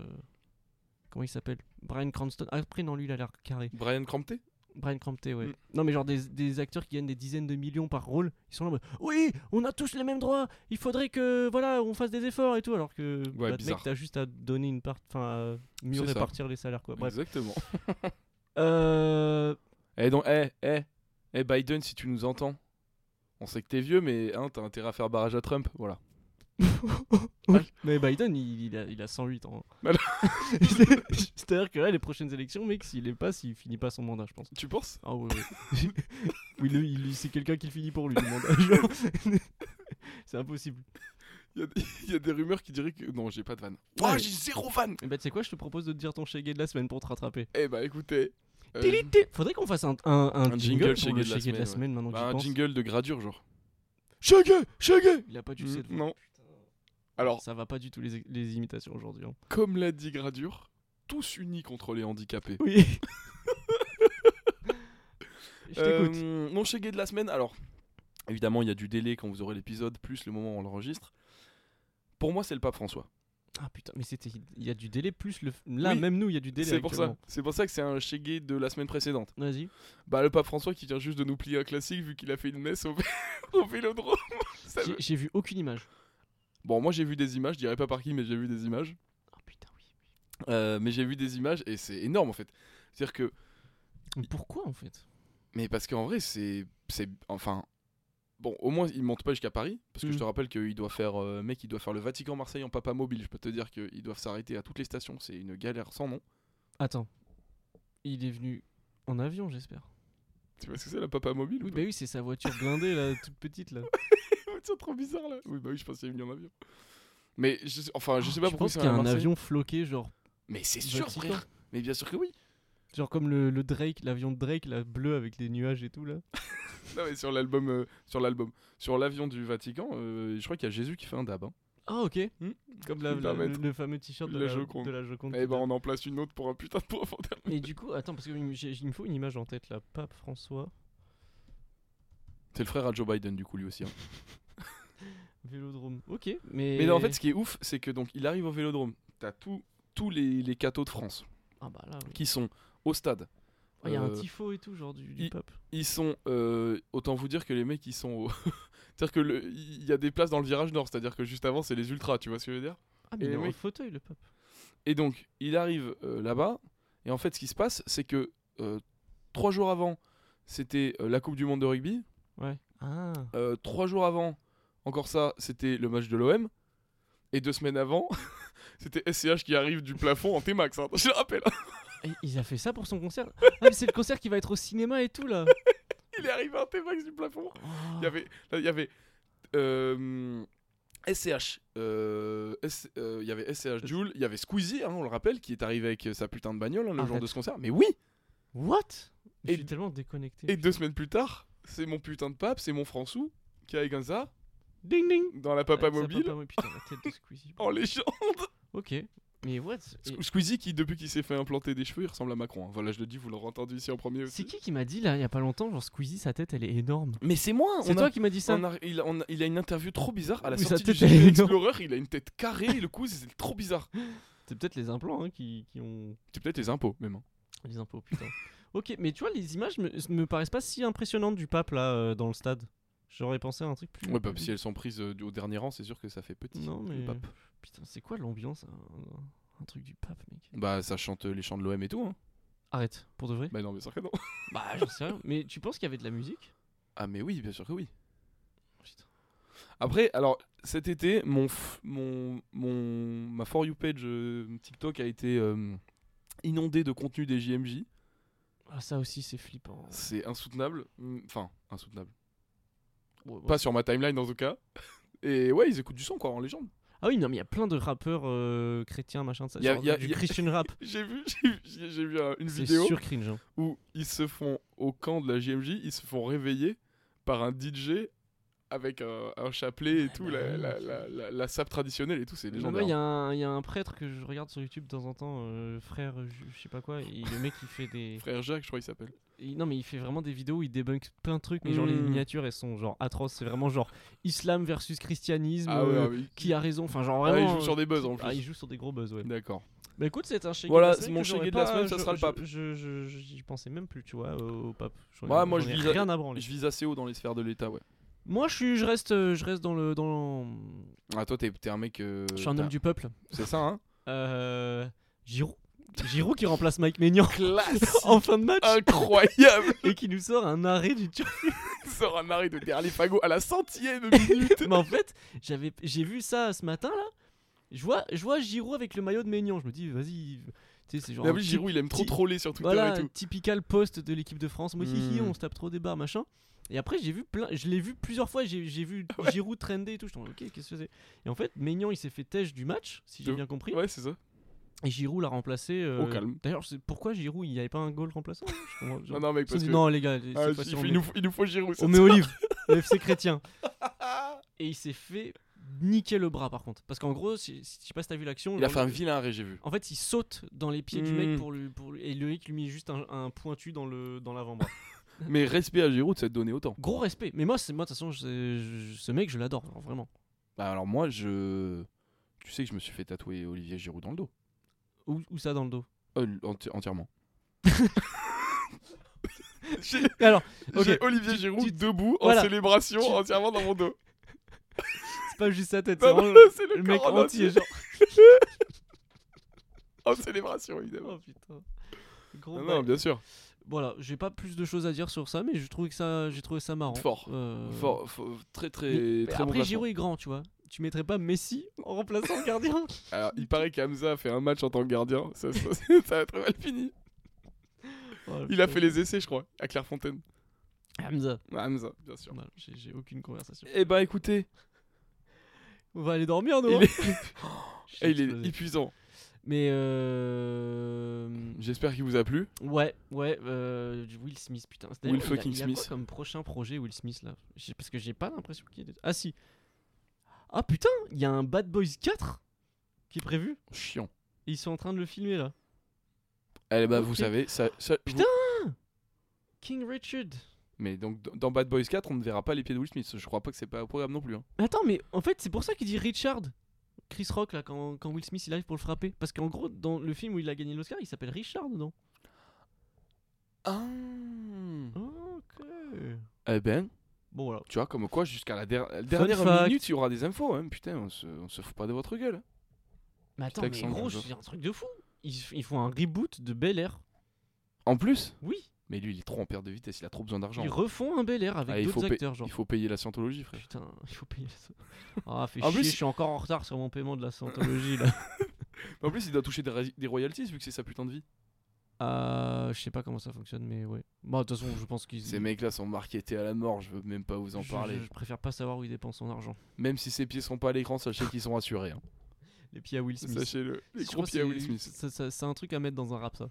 Speaker 5: comment il s'appelle, Brian Cranston. Ah, Après non, lui il a l'air carré.
Speaker 2: Brian Crampté
Speaker 5: Brian Crampton, ouais.
Speaker 2: Mm.
Speaker 5: Non mais genre des, des acteurs qui gagnent des dizaines de millions par rôle, ils sont là, en mode, oui, on a tous les mêmes droits. Il faudrait que voilà, on fasse des efforts et tout, alors que bah, mec
Speaker 2: bizarre.
Speaker 5: t'as juste à donner une part, enfin euh, à mieux
Speaker 2: C'est ça.
Speaker 5: répartir les salaires quoi. Bah, Bref.
Speaker 2: Exactement.
Speaker 5: Euh,
Speaker 2: Eh donc, eh, eh, eh Biden, si tu nous entends, on sait que t'es vieux, mais hein, t'as intérêt à faire barrage à Trump, voilà.
Speaker 5: Mais Biden, il, il a, il a 108 ans. hein.
Speaker 2: Bah là.
Speaker 5: C'est-à-dire que là, les prochaines élections, mec, s'il est pas, s'il finit pas son mandat, je pense.
Speaker 2: Tu penses
Speaker 5: Ah ouais, ouais. oui, le- il- c'est quelqu'un qui le finit pour lui, le mandat. c'est impossible.
Speaker 2: Il y, a des- il y a des rumeurs qui diraient que non, j'ai pas de van.
Speaker 5: Ouais.
Speaker 2: Moi, j'ai zéro van.
Speaker 5: Et bah, tu sais quoi, je te propose de te dire ton gay de la semaine pour te rattraper.
Speaker 2: Eh bah écoutez, euh,
Speaker 5: Tili- ti- Faudrait qu'on fasse un, un, un
Speaker 2: Un
Speaker 5: jingle,
Speaker 2: jingle
Speaker 5: pour
Speaker 2: Shaggy
Speaker 5: le
Speaker 2: de la
Speaker 5: Shaggy de
Speaker 2: semaine,
Speaker 5: la semaine, maintenant que
Speaker 2: bah,
Speaker 5: j'y
Speaker 2: un
Speaker 5: pense.
Speaker 2: jingle de gradure, genre. Mm,
Speaker 11: Shaggy, Shaggy.
Speaker 5: Il a pas du tout cette voix.
Speaker 2: non. Alors,
Speaker 5: Ça va pas du tout les, les imitations aujourd'hui. hein.
Speaker 2: comme l'a dit Gradure, tous unis contre les handicapés.
Speaker 5: Oui. je t'écoute.
Speaker 2: Euh, mon chégué de la semaine, alors évidemment il y a du délai quand vous aurez l'épisode, plus le moment où on l'enregistre. Pour moi c'est le pape François.
Speaker 5: Ah putain, mais c'était il y a du délai plus le. f- Là,
Speaker 2: Oui,
Speaker 5: même nous, il y a du délai.
Speaker 2: C'est pour ça.
Speaker 5: actuellement.
Speaker 2: C'est pour ça que c'est un chégué de la semaine précédente.
Speaker 5: Vas-y.
Speaker 2: Bah le pape François qui vient juste de nous plier un classique vu qu'il a fait une messe au, au Vélodrome. Ça
Speaker 5: J'ai-
Speaker 2: me-
Speaker 5: J'ai vu aucune image.
Speaker 2: Bon moi j'ai vu des images, je dirais pas par qui mais j'ai vu des images.
Speaker 5: Ah putain, oui.
Speaker 2: Euh, mais j'ai vu des images et c'est énorme en fait. C'est-à-dire que
Speaker 5: Mais pourquoi en fait
Speaker 2: mais parce qu'en vrai c'est c'est enfin bon au moins il monte pas jusqu'à Paris parce que
Speaker 5: Mhm.
Speaker 2: je te rappelle qu'il doit faire euh, mec il doit faire le Vatican Marseille en papa mobile. Je peux te dire qu'ils doivent s'arrêter à toutes les stations, c'est une galère sans nom.
Speaker 5: Attends. Il est venu en avion, j'espère.
Speaker 2: Tu vois ce que c'est la papa mobile
Speaker 5: Oui,
Speaker 2: ou
Speaker 5: bah oui, c'est sa voiture blindée là, toute petite là.
Speaker 2: pas C'est trop bizarre là. Oui bah oui je pense qu'il est venu en avion. Mais je, sais- enfin je sais pas
Speaker 5: Ah, Je
Speaker 2: pourquoi
Speaker 5: pense
Speaker 2: c'est
Speaker 5: qu'il y a
Speaker 2: à
Speaker 5: un
Speaker 2: Marseille.
Speaker 5: avion floqué, genre.
Speaker 2: Mais c'est
Speaker 5: du
Speaker 2: sûr
Speaker 5: Vatican.
Speaker 2: frère. Mais bien sûr que oui.
Speaker 5: Genre comme le, le Drake, l'avion de Drake, là, bleu avec les nuages et tout là.
Speaker 2: Non mais sur l'album, euh, sur l'album, sur l'avion du Vatican, euh, je crois qu'il y a Jésus qui fait un dab. hein.
Speaker 5: Ah ok.
Speaker 2: Hmm.
Speaker 5: Comme la-
Speaker 2: Faut
Speaker 5: la-
Speaker 2: pas
Speaker 5: le,
Speaker 2: mettre
Speaker 5: le fameux t-shirt de
Speaker 2: la
Speaker 5: la,
Speaker 2: Joconde.
Speaker 5: de la Joconde.
Speaker 2: Eh ben on en place une autre pour un putain de pauvre.
Speaker 5: Et du coup, attends, parce qu'il me faut une image en tête là. Pape François,
Speaker 2: C'est le frère à Joe Biden du coup lui aussi. hein.
Speaker 5: Vélodrome. Ok, mais.
Speaker 2: Mais non, en fait ce qui est ouf, c'est que donc il arrive au Vélodrome. T'as tous tous les les cathos de France
Speaker 5: Ah bah là, oui.
Speaker 2: qui sont au stade.
Speaker 5: Oh, Il y a un
Speaker 2: Euh,
Speaker 5: tifo et tout, genre du, du
Speaker 2: il-
Speaker 5: pape.
Speaker 2: Ils sont euh, autant vous dire que les mecs ils sont. au- C'est-à-dire que le- il y a des places dans le virage nord. C'est-à-dire que juste avant c'est les ultras. Tu vois ce que je veux dire
Speaker 5: Ah, mais
Speaker 2: et
Speaker 5: il est en
Speaker 2: oui.
Speaker 5: fauteuil le pape.
Speaker 2: Et donc, il arrive euh, là-bas, et en fait, ce qui se passe, c'est que euh, trois jours avant, c'était euh, la Coupe du Monde de rugby.
Speaker 5: Ouais. Ah.
Speaker 2: Euh, trois jours avant, encore ça, c'était le match de l'OM. Et deux semaines avant, c'était SCH qui arrive du plafond en T-Max. hein, je le rappelle,
Speaker 5: Et il a fait ça pour son concert Ah, mais c'est le concert qui va être au cinéma et tout là.
Speaker 2: il est arrivé en T-Max du plafond.
Speaker 5: Oh.
Speaker 2: Il y avait. là, il y avait euh, SCH, euh, S- euh, il y avait SCH Jules, il y avait Squeezie, hein, on le rappelle, qui est arrivé avec euh, sa putain de bagnole hein, le jour
Speaker 5: Arrête.
Speaker 2: de ce concert. Mais oui,
Speaker 5: What Je
Speaker 2: Et-
Speaker 5: suis tellement déconnecté.
Speaker 2: Et deux semaines plus tard, c'est mon putain de pape, c'est mon Françou, qui est comme ça,
Speaker 5: Ding ding
Speaker 2: dans la papa
Speaker 5: Ah, ça,
Speaker 2: mobile,
Speaker 5: Papa mobile, putain, la tête de Squeezie.
Speaker 2: en légende.
Speaker 5: Ok. Mais what Et
Speaker 2: Squeezie, qui depuis qu'il s'est fait implanter des cheveux, il ressemble à Macron. hein. Voilà, je le dis, vous l'aurez entendu ici en premier
Speaker 5: C'est
Speaker 2: aussi.
Speaker 5: qui qui m'a dit là, il y a pas longtemps, genre Squeezie, sa tête elle est énorme
Speaker 2: Mais c'est moi
Speaker 5: C'est
Speaker 2: on
Speaker 5: toi
Speaker 2: a-
Speaker 5: qui m'as dit ça
Speaker 2: on a- il, a- on a- il a une interview trop bizarre à la
Speaker 5: Oui, sa
Speaker 2: sortie du
Speaker 5: tête, elle est
Speaker 2: GP
Speaker 5: énorme.
Speaker 2: Explorer. Il a une tête carrée, et le cou, c'est trop bizarre.
Speaker 5: C'est peut-être les implants hein, qui, qui ont
Speaker 2: C'est peut-être les impôts, même. hein.
Speaker 5: les impôts, putain. ok, mais tu vois, les images me, me paraissent pas si impressionnantes du pape là euh, dans le stade. J'aurais pensé à un truc plus.
Speaker 2: Ouais, bah, si elles sont prises euh, au dernier rang, c'est sûr que ça fait petit.
Speaker 5: Non,
Speaker 2: le
Speaker 5: mais-
Speaker 2: pape.
Speaker 5: Putain, c'est quoi l'ambiance un, un truc du pape, mec
Speaker 2: Bah, ça chante euh, les chants de l'OM et tout. Hein.
Speaker 5: Arrête, pour de vrai
Speaker 2: Bah, non, bien sûr que non.
Speaker 5: Bah, j'en sais rien. Mais tu penses qu'il y avait de la musique
Speaker 2: Ah, mais oui, bien sûr que oui. Oh,
Speaker 5: Putain.
Speaker 2: Après, alors cet été, mon, f- mon, mon ma for you page euh, TikTok a été euh, inondée de contenu des JMJ.
Speaker 5: Ah, ça aussi, c'est flippant.
Speaker 2: C'est insoutenable, Mm, enfin insoutenable.
Speaker 5: Ouais, ouais.
Speaker 2: Pas sur ma timeline en tout cas. Et ouais, ils écoutent du son quoi en légende.
Speaker 5: Ah oui, non, mais il y a plein de rappeurs euh, chrétiens, machin, de ça.
Speaker 2: Y a-
Speaker 5: genre
Speaker 2: y a-
Speaker 5: du
Speaker 2: y a-
Speaker 5: Christian rap.
Speaker 2: J'ai vu, j'ai vu- j'ai j'ai vu euh, une
Speaker 5: C'est
Speaker 2: vidéo
Speaker 5: sûr cringe. hein.
Speaker 2: où ils se font au camp de la JMJ, ils se font réveiller par un DJ avec un, un chapelet et
Speaker 5: Ah
Speaker 2: tout,
Speaker 5: bah
Speaker 2: la,
Speaker 5: oui,
Speaker 2: la,
Speaker 5: ok.
Speaker 2: la- la- la sape traditionnelle et tout, c'est
Speaker 5: Non, mais
Speaker 2: légendaire.
Speaker 5: Il y, a un- il y a un prêtre que je regarde sur YouTube de temps en temps, euh, frère, je je sais pas quoi, et le mec il fait des.
Speaker 2: Frère Jacques, je crois qu'il s'appelle.
Speaker 5: il- non, mais il fait vraiment des vidéos où il débunk plein de trucs, mais genre les
Speaker 2: Hmm.
Speaker 5: miniatures elles sont genre atroces, c'est vraiment genre islam versus christianisme,
Speaker 2: Ah ouais,
Speaker 5: euh,
Speaker 2: ah oui.
Speaker 5: qui a raison, enfin genre
Speaker 2: Ah,
Speaker 5: vraiment.
Speaker 2: il joue sur des buzz en
Speaker 5: Ah, il
Speaker 2: plus.
Speaker 5: joue sur des gros buzz, ouais.
Speaker 2: D'accord.
Speaker 5: Bah écoute, c'est un chégué
Speaker 2: Voilà,
Speaker 5: de la
Speaker 2: c'est
Speaker 5: semaine.
Speaker 2: mon
Speaker 5: que j'aurais
Speaker 2: chégué de la
Speaker 5: pas-
Speaker 2: semaine, ça
Speaker 5: je-
Speaker 2: sera le
Speaker 5: je-
Speaker 2: pape.
Speaker 5: Je, je- je- j'y pensais même plus, tu vois, au, au pape. J'en ai-
Speaker 2: Ouais, Bah, moi,
Speaker 5: j'en
Speaker 2: je
Speaker 5: ai
Speaker 2: vise à-
Speaker 5: rien à branler.
Speaker 2: Je vise assez haut dans les sphères de l'État, ouais.
Speaker 5: Moi, je, suis, je, reste, euh, je reste dans le. Dans le-
Speaker 2: Ah, toi, t'es t'es un mec. euh,
Speaker 5: Je suis un
Speaker 2: t'as-
Speaker 5: homme du peuple.
Speaker 2: C'est ça, hein
Speaker 5: Euh, Giroud. Giroud qui remplace Mike Maignan
Speaker 2: Classe
Speaker 5: en fin de match
Speaker 2: Incroyable
Speaker 5: et qui nous sort un arrêt du Turc.
Speaker 2: Il sort un arrêt de derrière les fagots à la centième minute
Speaker 5: Mais en fait, j'avais, j'ai vu ça ce matin là. Je vois, je vois Giroud avec le maillot de Maignan. Je me dis, vas-y. Tu sais, c'est genre.
Speaker 2: Mais en
Speaker 5: un
Speaker 2: plus,
Speaker 5: petit-
Speaker 2: Giroud, il aime trop
Speaker 5: petit-
Speaker 2: troller sur Twitter
Speaker 5: voilà,
Speaker 2: et tout.
Speaker 5: typical poste de l'équipe de France. Moi, hihi,
Speaker 2: Hmm.
Speaker 5: on se tape trop des barres, machin. Et après, j'ai vu plein, je l'ai vu plusieurs fois. J'ai j'ai vu
Speaker 2: Ah
Speaker 5: Giroud trender et tout. Je me ok, qu'est-ce que c'est Et en fait, Maignan, il s'est fait têche du match, si j'ai
Speaker 2: De-
Speaker 5: bien compris.
Speaker 2: Ouais, c'est ça.
Speaker 5: Et Giroud l'a remplacé. euh,
Speaker 2: Au calme.
Speaker 5: D'ailleurs, je sais- pourquoi Giroud, il n'y avait pas un goal remplaçant Je comprends- je-
Speaker 2: Non, non, mec,
Speaker 5: ils se sont
Speaker 2: parce
Speaker 5: dit,
Speaker 2: que.
Speaker 5: non, les gars, cette
Speaker 2: Ah, il,
Speaker 5: fois-ci,
Speaker 2: faut-
Speaker 5: on
Speaker 2: il
Speaker 5: met-
Speaker 2: nous faut, il nous faut Giroud.
Speaker 5: on
Speaker 2: cette
Speaker 5: met
Speaker 2: semaine.
Speaker 5: Olive, le FC chrétien. Et il s'est fait niquer le bras par contre. Parce qu'en gros, si- si- je sais pas si t'as vu l'action.
Speaker 2: Il a
Speaker 5: genre,
Speaker 2: fait un vilain arrêt, j'ai vu.
Speaker 5: En fait, il saute dans les pieds du mec
Speaker 2: Hmm.
Speaker 5: pour lui, pour lui- et le mec lui met juste un, un pointu dans le dans l'avant-bras.
Speaker 2: Mais respect à Giroud, ça te donner autant.
Speaker 5: Gros respect. Mais moi, c'est moi de toute façon, je- je- ce mec, je l'adore, genre, vraiment.
Speaker 2: Bah, alors, moi, je. Tu sais que je me suis fait tatouer Olivier Giroud dans le dos.
Speaker 5: Où, où ça dans le dos
Speaker 2: Euh, enti- entièrement.
Speaker 5: Alors, ok,
Speaker 9: J'ai Olivier Giroud
Speaker 5: tu-
Speaker 9: debout
Speaker 5: voilà.
Speaker 9: en célébration
Speaker 5: Tu-
Speaker 9: entièrement dans mon dos.
Speaker 5: c'est pas juste sa tête, c'est
Speaker 9: Non, non,
Speaker 5: vraiment le,
Speaker 9: c'est le,
Speaker 5: mec
Speaker 9: corps en
Speaker 5: entier.
Speaker 9: entier.
Speaker 5: genre.
Speaker 9: En célébration, évidemment.
Speaker 5: Oh putain. Gros
Speaker 2: Ah
Speaker 9: Non,
Speaker 5: bail.
Speaker 9: non, bien sûr.
Speaker 5: Voilà, j'ai pas plus de choses à dire sur ça, mais j'ai trouvé que ça, j'ai trouvé ça marrant.
Speaker 2: Fort.
Speaker 5: Euh,
Speaker 2: Fort, fort- très très
Speaker 5: mais- mais
Speaker 2: très bon
Speaker 5: après,
Speaker 2: placement.
Speaker 5: Giroud est grand, tu vois. Tu mettrais pas Messi en remplaçant le gardien
Speaker 9: Alors, il paraît qu'Hamza a fait un match en tant que gardien. Ça, ça, ça a très mal fini.
Speaker 5: Oh,
Speaker 9: Il
Speaker 5: putain.
Speaker 9: a fait les essais, je crois, à Clairefontaine.
Speaker 5: Hamza.
Speaker 9: Ah, Hamza, bien sûr.
Speaker 5: Voilà, j'ai j'ai aucune conversation.
Speaker 9: Eh ben, écoutez,
Speaker 5: On va aller dormir, nous.
Speaker 9: Il
Speaker 5: hein. Je
Speaker 9: eh,
Speaker 5: suis
Speaker 9: il est
Speaker 5: explosé.
Speaker 9: épuisant.
Speaker 5: Mais euh...
Speaker 9: J'espère qu'il vous a plu.
Speaker 5: ouais, ouais, euh, du Will Smith, putain. C'est-
Speaker 9: Will
Speaker 5: d'ailleurs, il a-
Speaker 9: fucking
Speaker 5: il a
Speaker 9: Smith.
Speaker 5: Quoi comme prochain projet Will Smith là J'ai- Parce que j'ai pas l'impression qu'il y ait. de- Ah si. Ah putain, il y a un Bad Boys 4 qui est prévu.
Speaker 2: Chiant.
Speaker 5: Et ils sont en train de le filmer là.
Speaker 2: Eh ben, vous
Speaker 5: Ok.
Speaker 2: savez, ça, ça- vous-
Speaker 5: Putain King Richard.
Speaker 2: Mais donc d- dans Bad Boys 4, on ne verra pas les pieds de Will Smith. Je crois pas que c'est pas au programme non plus. hein.
Speaker 5: Mais Attends, mais en fait, c'est pour ça qu'il dit Richard. Chris Rock là, quand, quand Will Smith il arrive pour le frapper. Parce qu'en gros, dans le film où il a gagné l'Oscar, il s'appelle Richard dedans.
Speaker 2: Ah.
Speaker 5: Ok.
Speaker 2: Eh ben,
Speaker 5: Bon voilà.
Speaker 2: tu vois, comme quoi, jusqu'à la, der- la
Speaker 5: Fun
Speaker 2: dernière
Speaker 5: fact.
Speaker 2: minute, il y aura des infos. hein. Putain, on se, on se fout pas de votre gueule. hein.
Speaker 5: Mais attends,
Speaker 2: Putain,
Speaker 5: mais
Speaker 2: Alexandre,
Speaker 5: gros,
Speaker 2: je-
Speaker 5: c'est un truc de fou. Ils, f- ils font un reboot de Bel Air.
Speaker 2: En plus,
Speaker 5: Oui,
Speaker 2: mais lui, il est trop en perte de vitesse. Il a trop besoin d'argent.
Speaker 5: ils refont un Bel Air avec
Speaker 2: Ah, il, faut
Speaker 5: d'autres
Speaker 2: pa-
Speaker 5: acteurs, genre.
Speaker 2: il faut payer la scientologie, frère.
Speaker 5: Putain, il faut payer ça. Ah, fait
Speaker 2: En
Speaker 5: chier,
Speaker 2: plus,
Speaker 5: je suis encore en retard sur mon paiement de la Scientologie là.
Speaker 2: En plus, il doit toucher des, ra- des royalties vu que c'est sa putain de vie.
Speaker 5: Euh, je sais pas comment ça fonctionne, mais ouais. Bah, de toute façon, je pense qu'ils.
Speaker 2: Ces mecs-là sont marketés à la mort. Je veux même pas vous en
Speaker 5: je-
Speaker 2: parler.
Speaker 5: Je, je préfère pas savoir où ils dépensent son argent.
Speaker 2: Même si ses pieds sont pas à l'écran, sachez qu'ils sont assurés. hein.
Speaker 5: Les pieds à Will Smith.
Speaker 9: Sachez-le. Les
Speaker 5: Je
Speaker 9: gros
Speaker 5: crois que
Speaker 9: pieds à
Speaker 5: c'est-
Speaker 9: Will Smith.
Speaker 5: ça- ça- C'est un truc à mettre dans un rap, ça.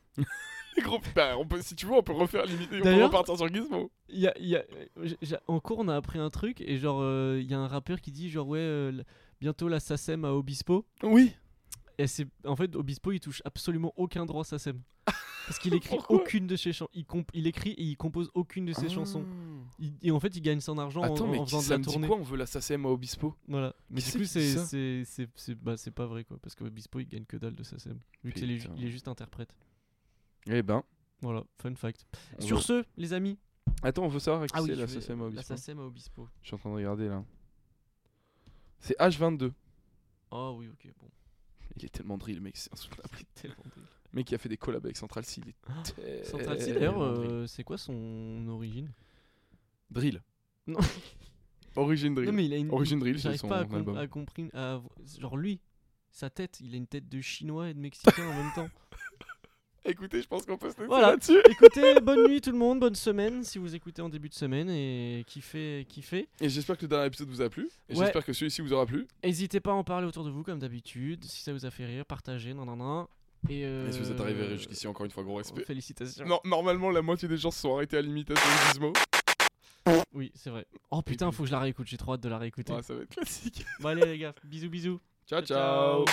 Speaker 9: Les gros bah, on peut, Si tu veux, on peut refaire limite. On peut
Speaker 5: D'ailleurs-
Speaker 9: repartir sur Gizmo.
Speaker 5: Il y a- il y a- j'ai- j'ai- en cours, on a appris un truc, et genre, euh, il y a un rappeur qui dit, genre, ouais, euh, l- bientôt la SACEM à Obispo.
Speaker 9: Oui.
Speaker 5: Et c'est en fait Obispo il touche absolument aucun droit à SACEM. Parce qu'il écrit
Speaker 9: Pourquoi
Speaker 5: aucune de ses chansons. Il, comp- il écrit et il compose aucune de ses chansons. Il- et en fait il gagne son argent en-
Speaker 2: Ah. Attends,
Speaker 5: en,
Speaker 2: mais qui-
Speaker 5: faisant de
Speaker 2: ça
Speaker 5: la
Speaker 2: me dit
Speaker 5: tournée.
Speaker 2: quoi On veut l'assassin à Obispo
Speaker 5: voilà. Mais
Speaker 2: Qui
Speaker 5: du
Speaker 2: c'est qui
Speaker 5: coup
Speaker 2: dit
Speaker 5: c'est
Speaker 2: ça
Speaker 5: c'est- c'est- c'est- bah, c'est pas vrai quoi. Parce que Obispo il gagne que dalle de SACEM. Vu qu'il est, ju-
Speaker 2: Putain.
Speaker 5: il est juste interprète.
Speaker 2: Eh ben.
Speaker 5: Voilà, fun fact.
Speaker 2: on
Speaker 5: Sur
Speaker 2: veut-
Speaker 5: ce, les amis.
Speaker 2: Attends, on veut savoir qui c'est
Speaker 5: je vais-
Speaker 2: l'assassin à
Speaker 5: la
Speaker 2: Obispo.
Speaker 5: SACEM à Obispo.
Speaker 2: Je suis en train de regarder là. C'est H22.
Speaker 5: Oh oui, ok, bon.
Speaker 2: Il est tellement drill, mec, c'est insoutenable.
Speaker 5: Tellement drôle.
Speaker 2: Le mec qui a fait des collabs avec Central C, il est
Speaker 5: Ah. Central C
Speaker 2: tellement
Speaker 5: d'ailleurs,
Speaker 2: drill.
Speaker 5: euh, c'est quoi son origine
Speaker 2: Drill.
Speaker 5: Non.
Speaker 9: Origine Drill.
Speaker 5: Non mais il a une,
Speaker 9: Origine Drill, c'est
Speaker 5: J'arrive
Speaker 9: son
Speaker 5: pas à, com-
Speaker 9: album.
Speaker 5: à comprim- à avo- Genre lui, sa tête, il a une tête de chinois et de mexicain en même temps.
Speaker 9: Écoutez, je pense qu'on peut se laisser
Speaker 5: Voilà.
Speaker 9: là-dessus.
Speaker 5: Écoutez, bonne nuit tout le monde, bonne semaine si vous écoutez en début de semaine et kiffez, kiffez.
Speaker 9: Et j'espère que le dernier épisode vous a plu. Et
Speaker 5: Ouais.
Speaker 9: j'espère que celui-ci vous aura plu.
Speaker 5: N'hésitez pas à en parler autour de vous comme d'habitude, si ça vous a fait rire, partagez, nan nan nan. Et,
Speaker 9: Et si vous êtes
Speaker 5: euh, oh,
Speaker 9: arrivé jusqu'ici, encore une fois, gros respect.
Speaker 5: Félicitations.
Speaker 9: Non, normalement, la moitié des gens se sont arrêtés à l'imitation de Gizmo.
Speaker 5: Oui, c'est vrai. Oh putain, faut que je la réécoute, j'ai trop hâte de la réécouter.
Speaker 9: Ouais, ça va être classique.
Speaker 5: Bon allez les gars, bisous bisous.
Speaker 9: ciao. ciao.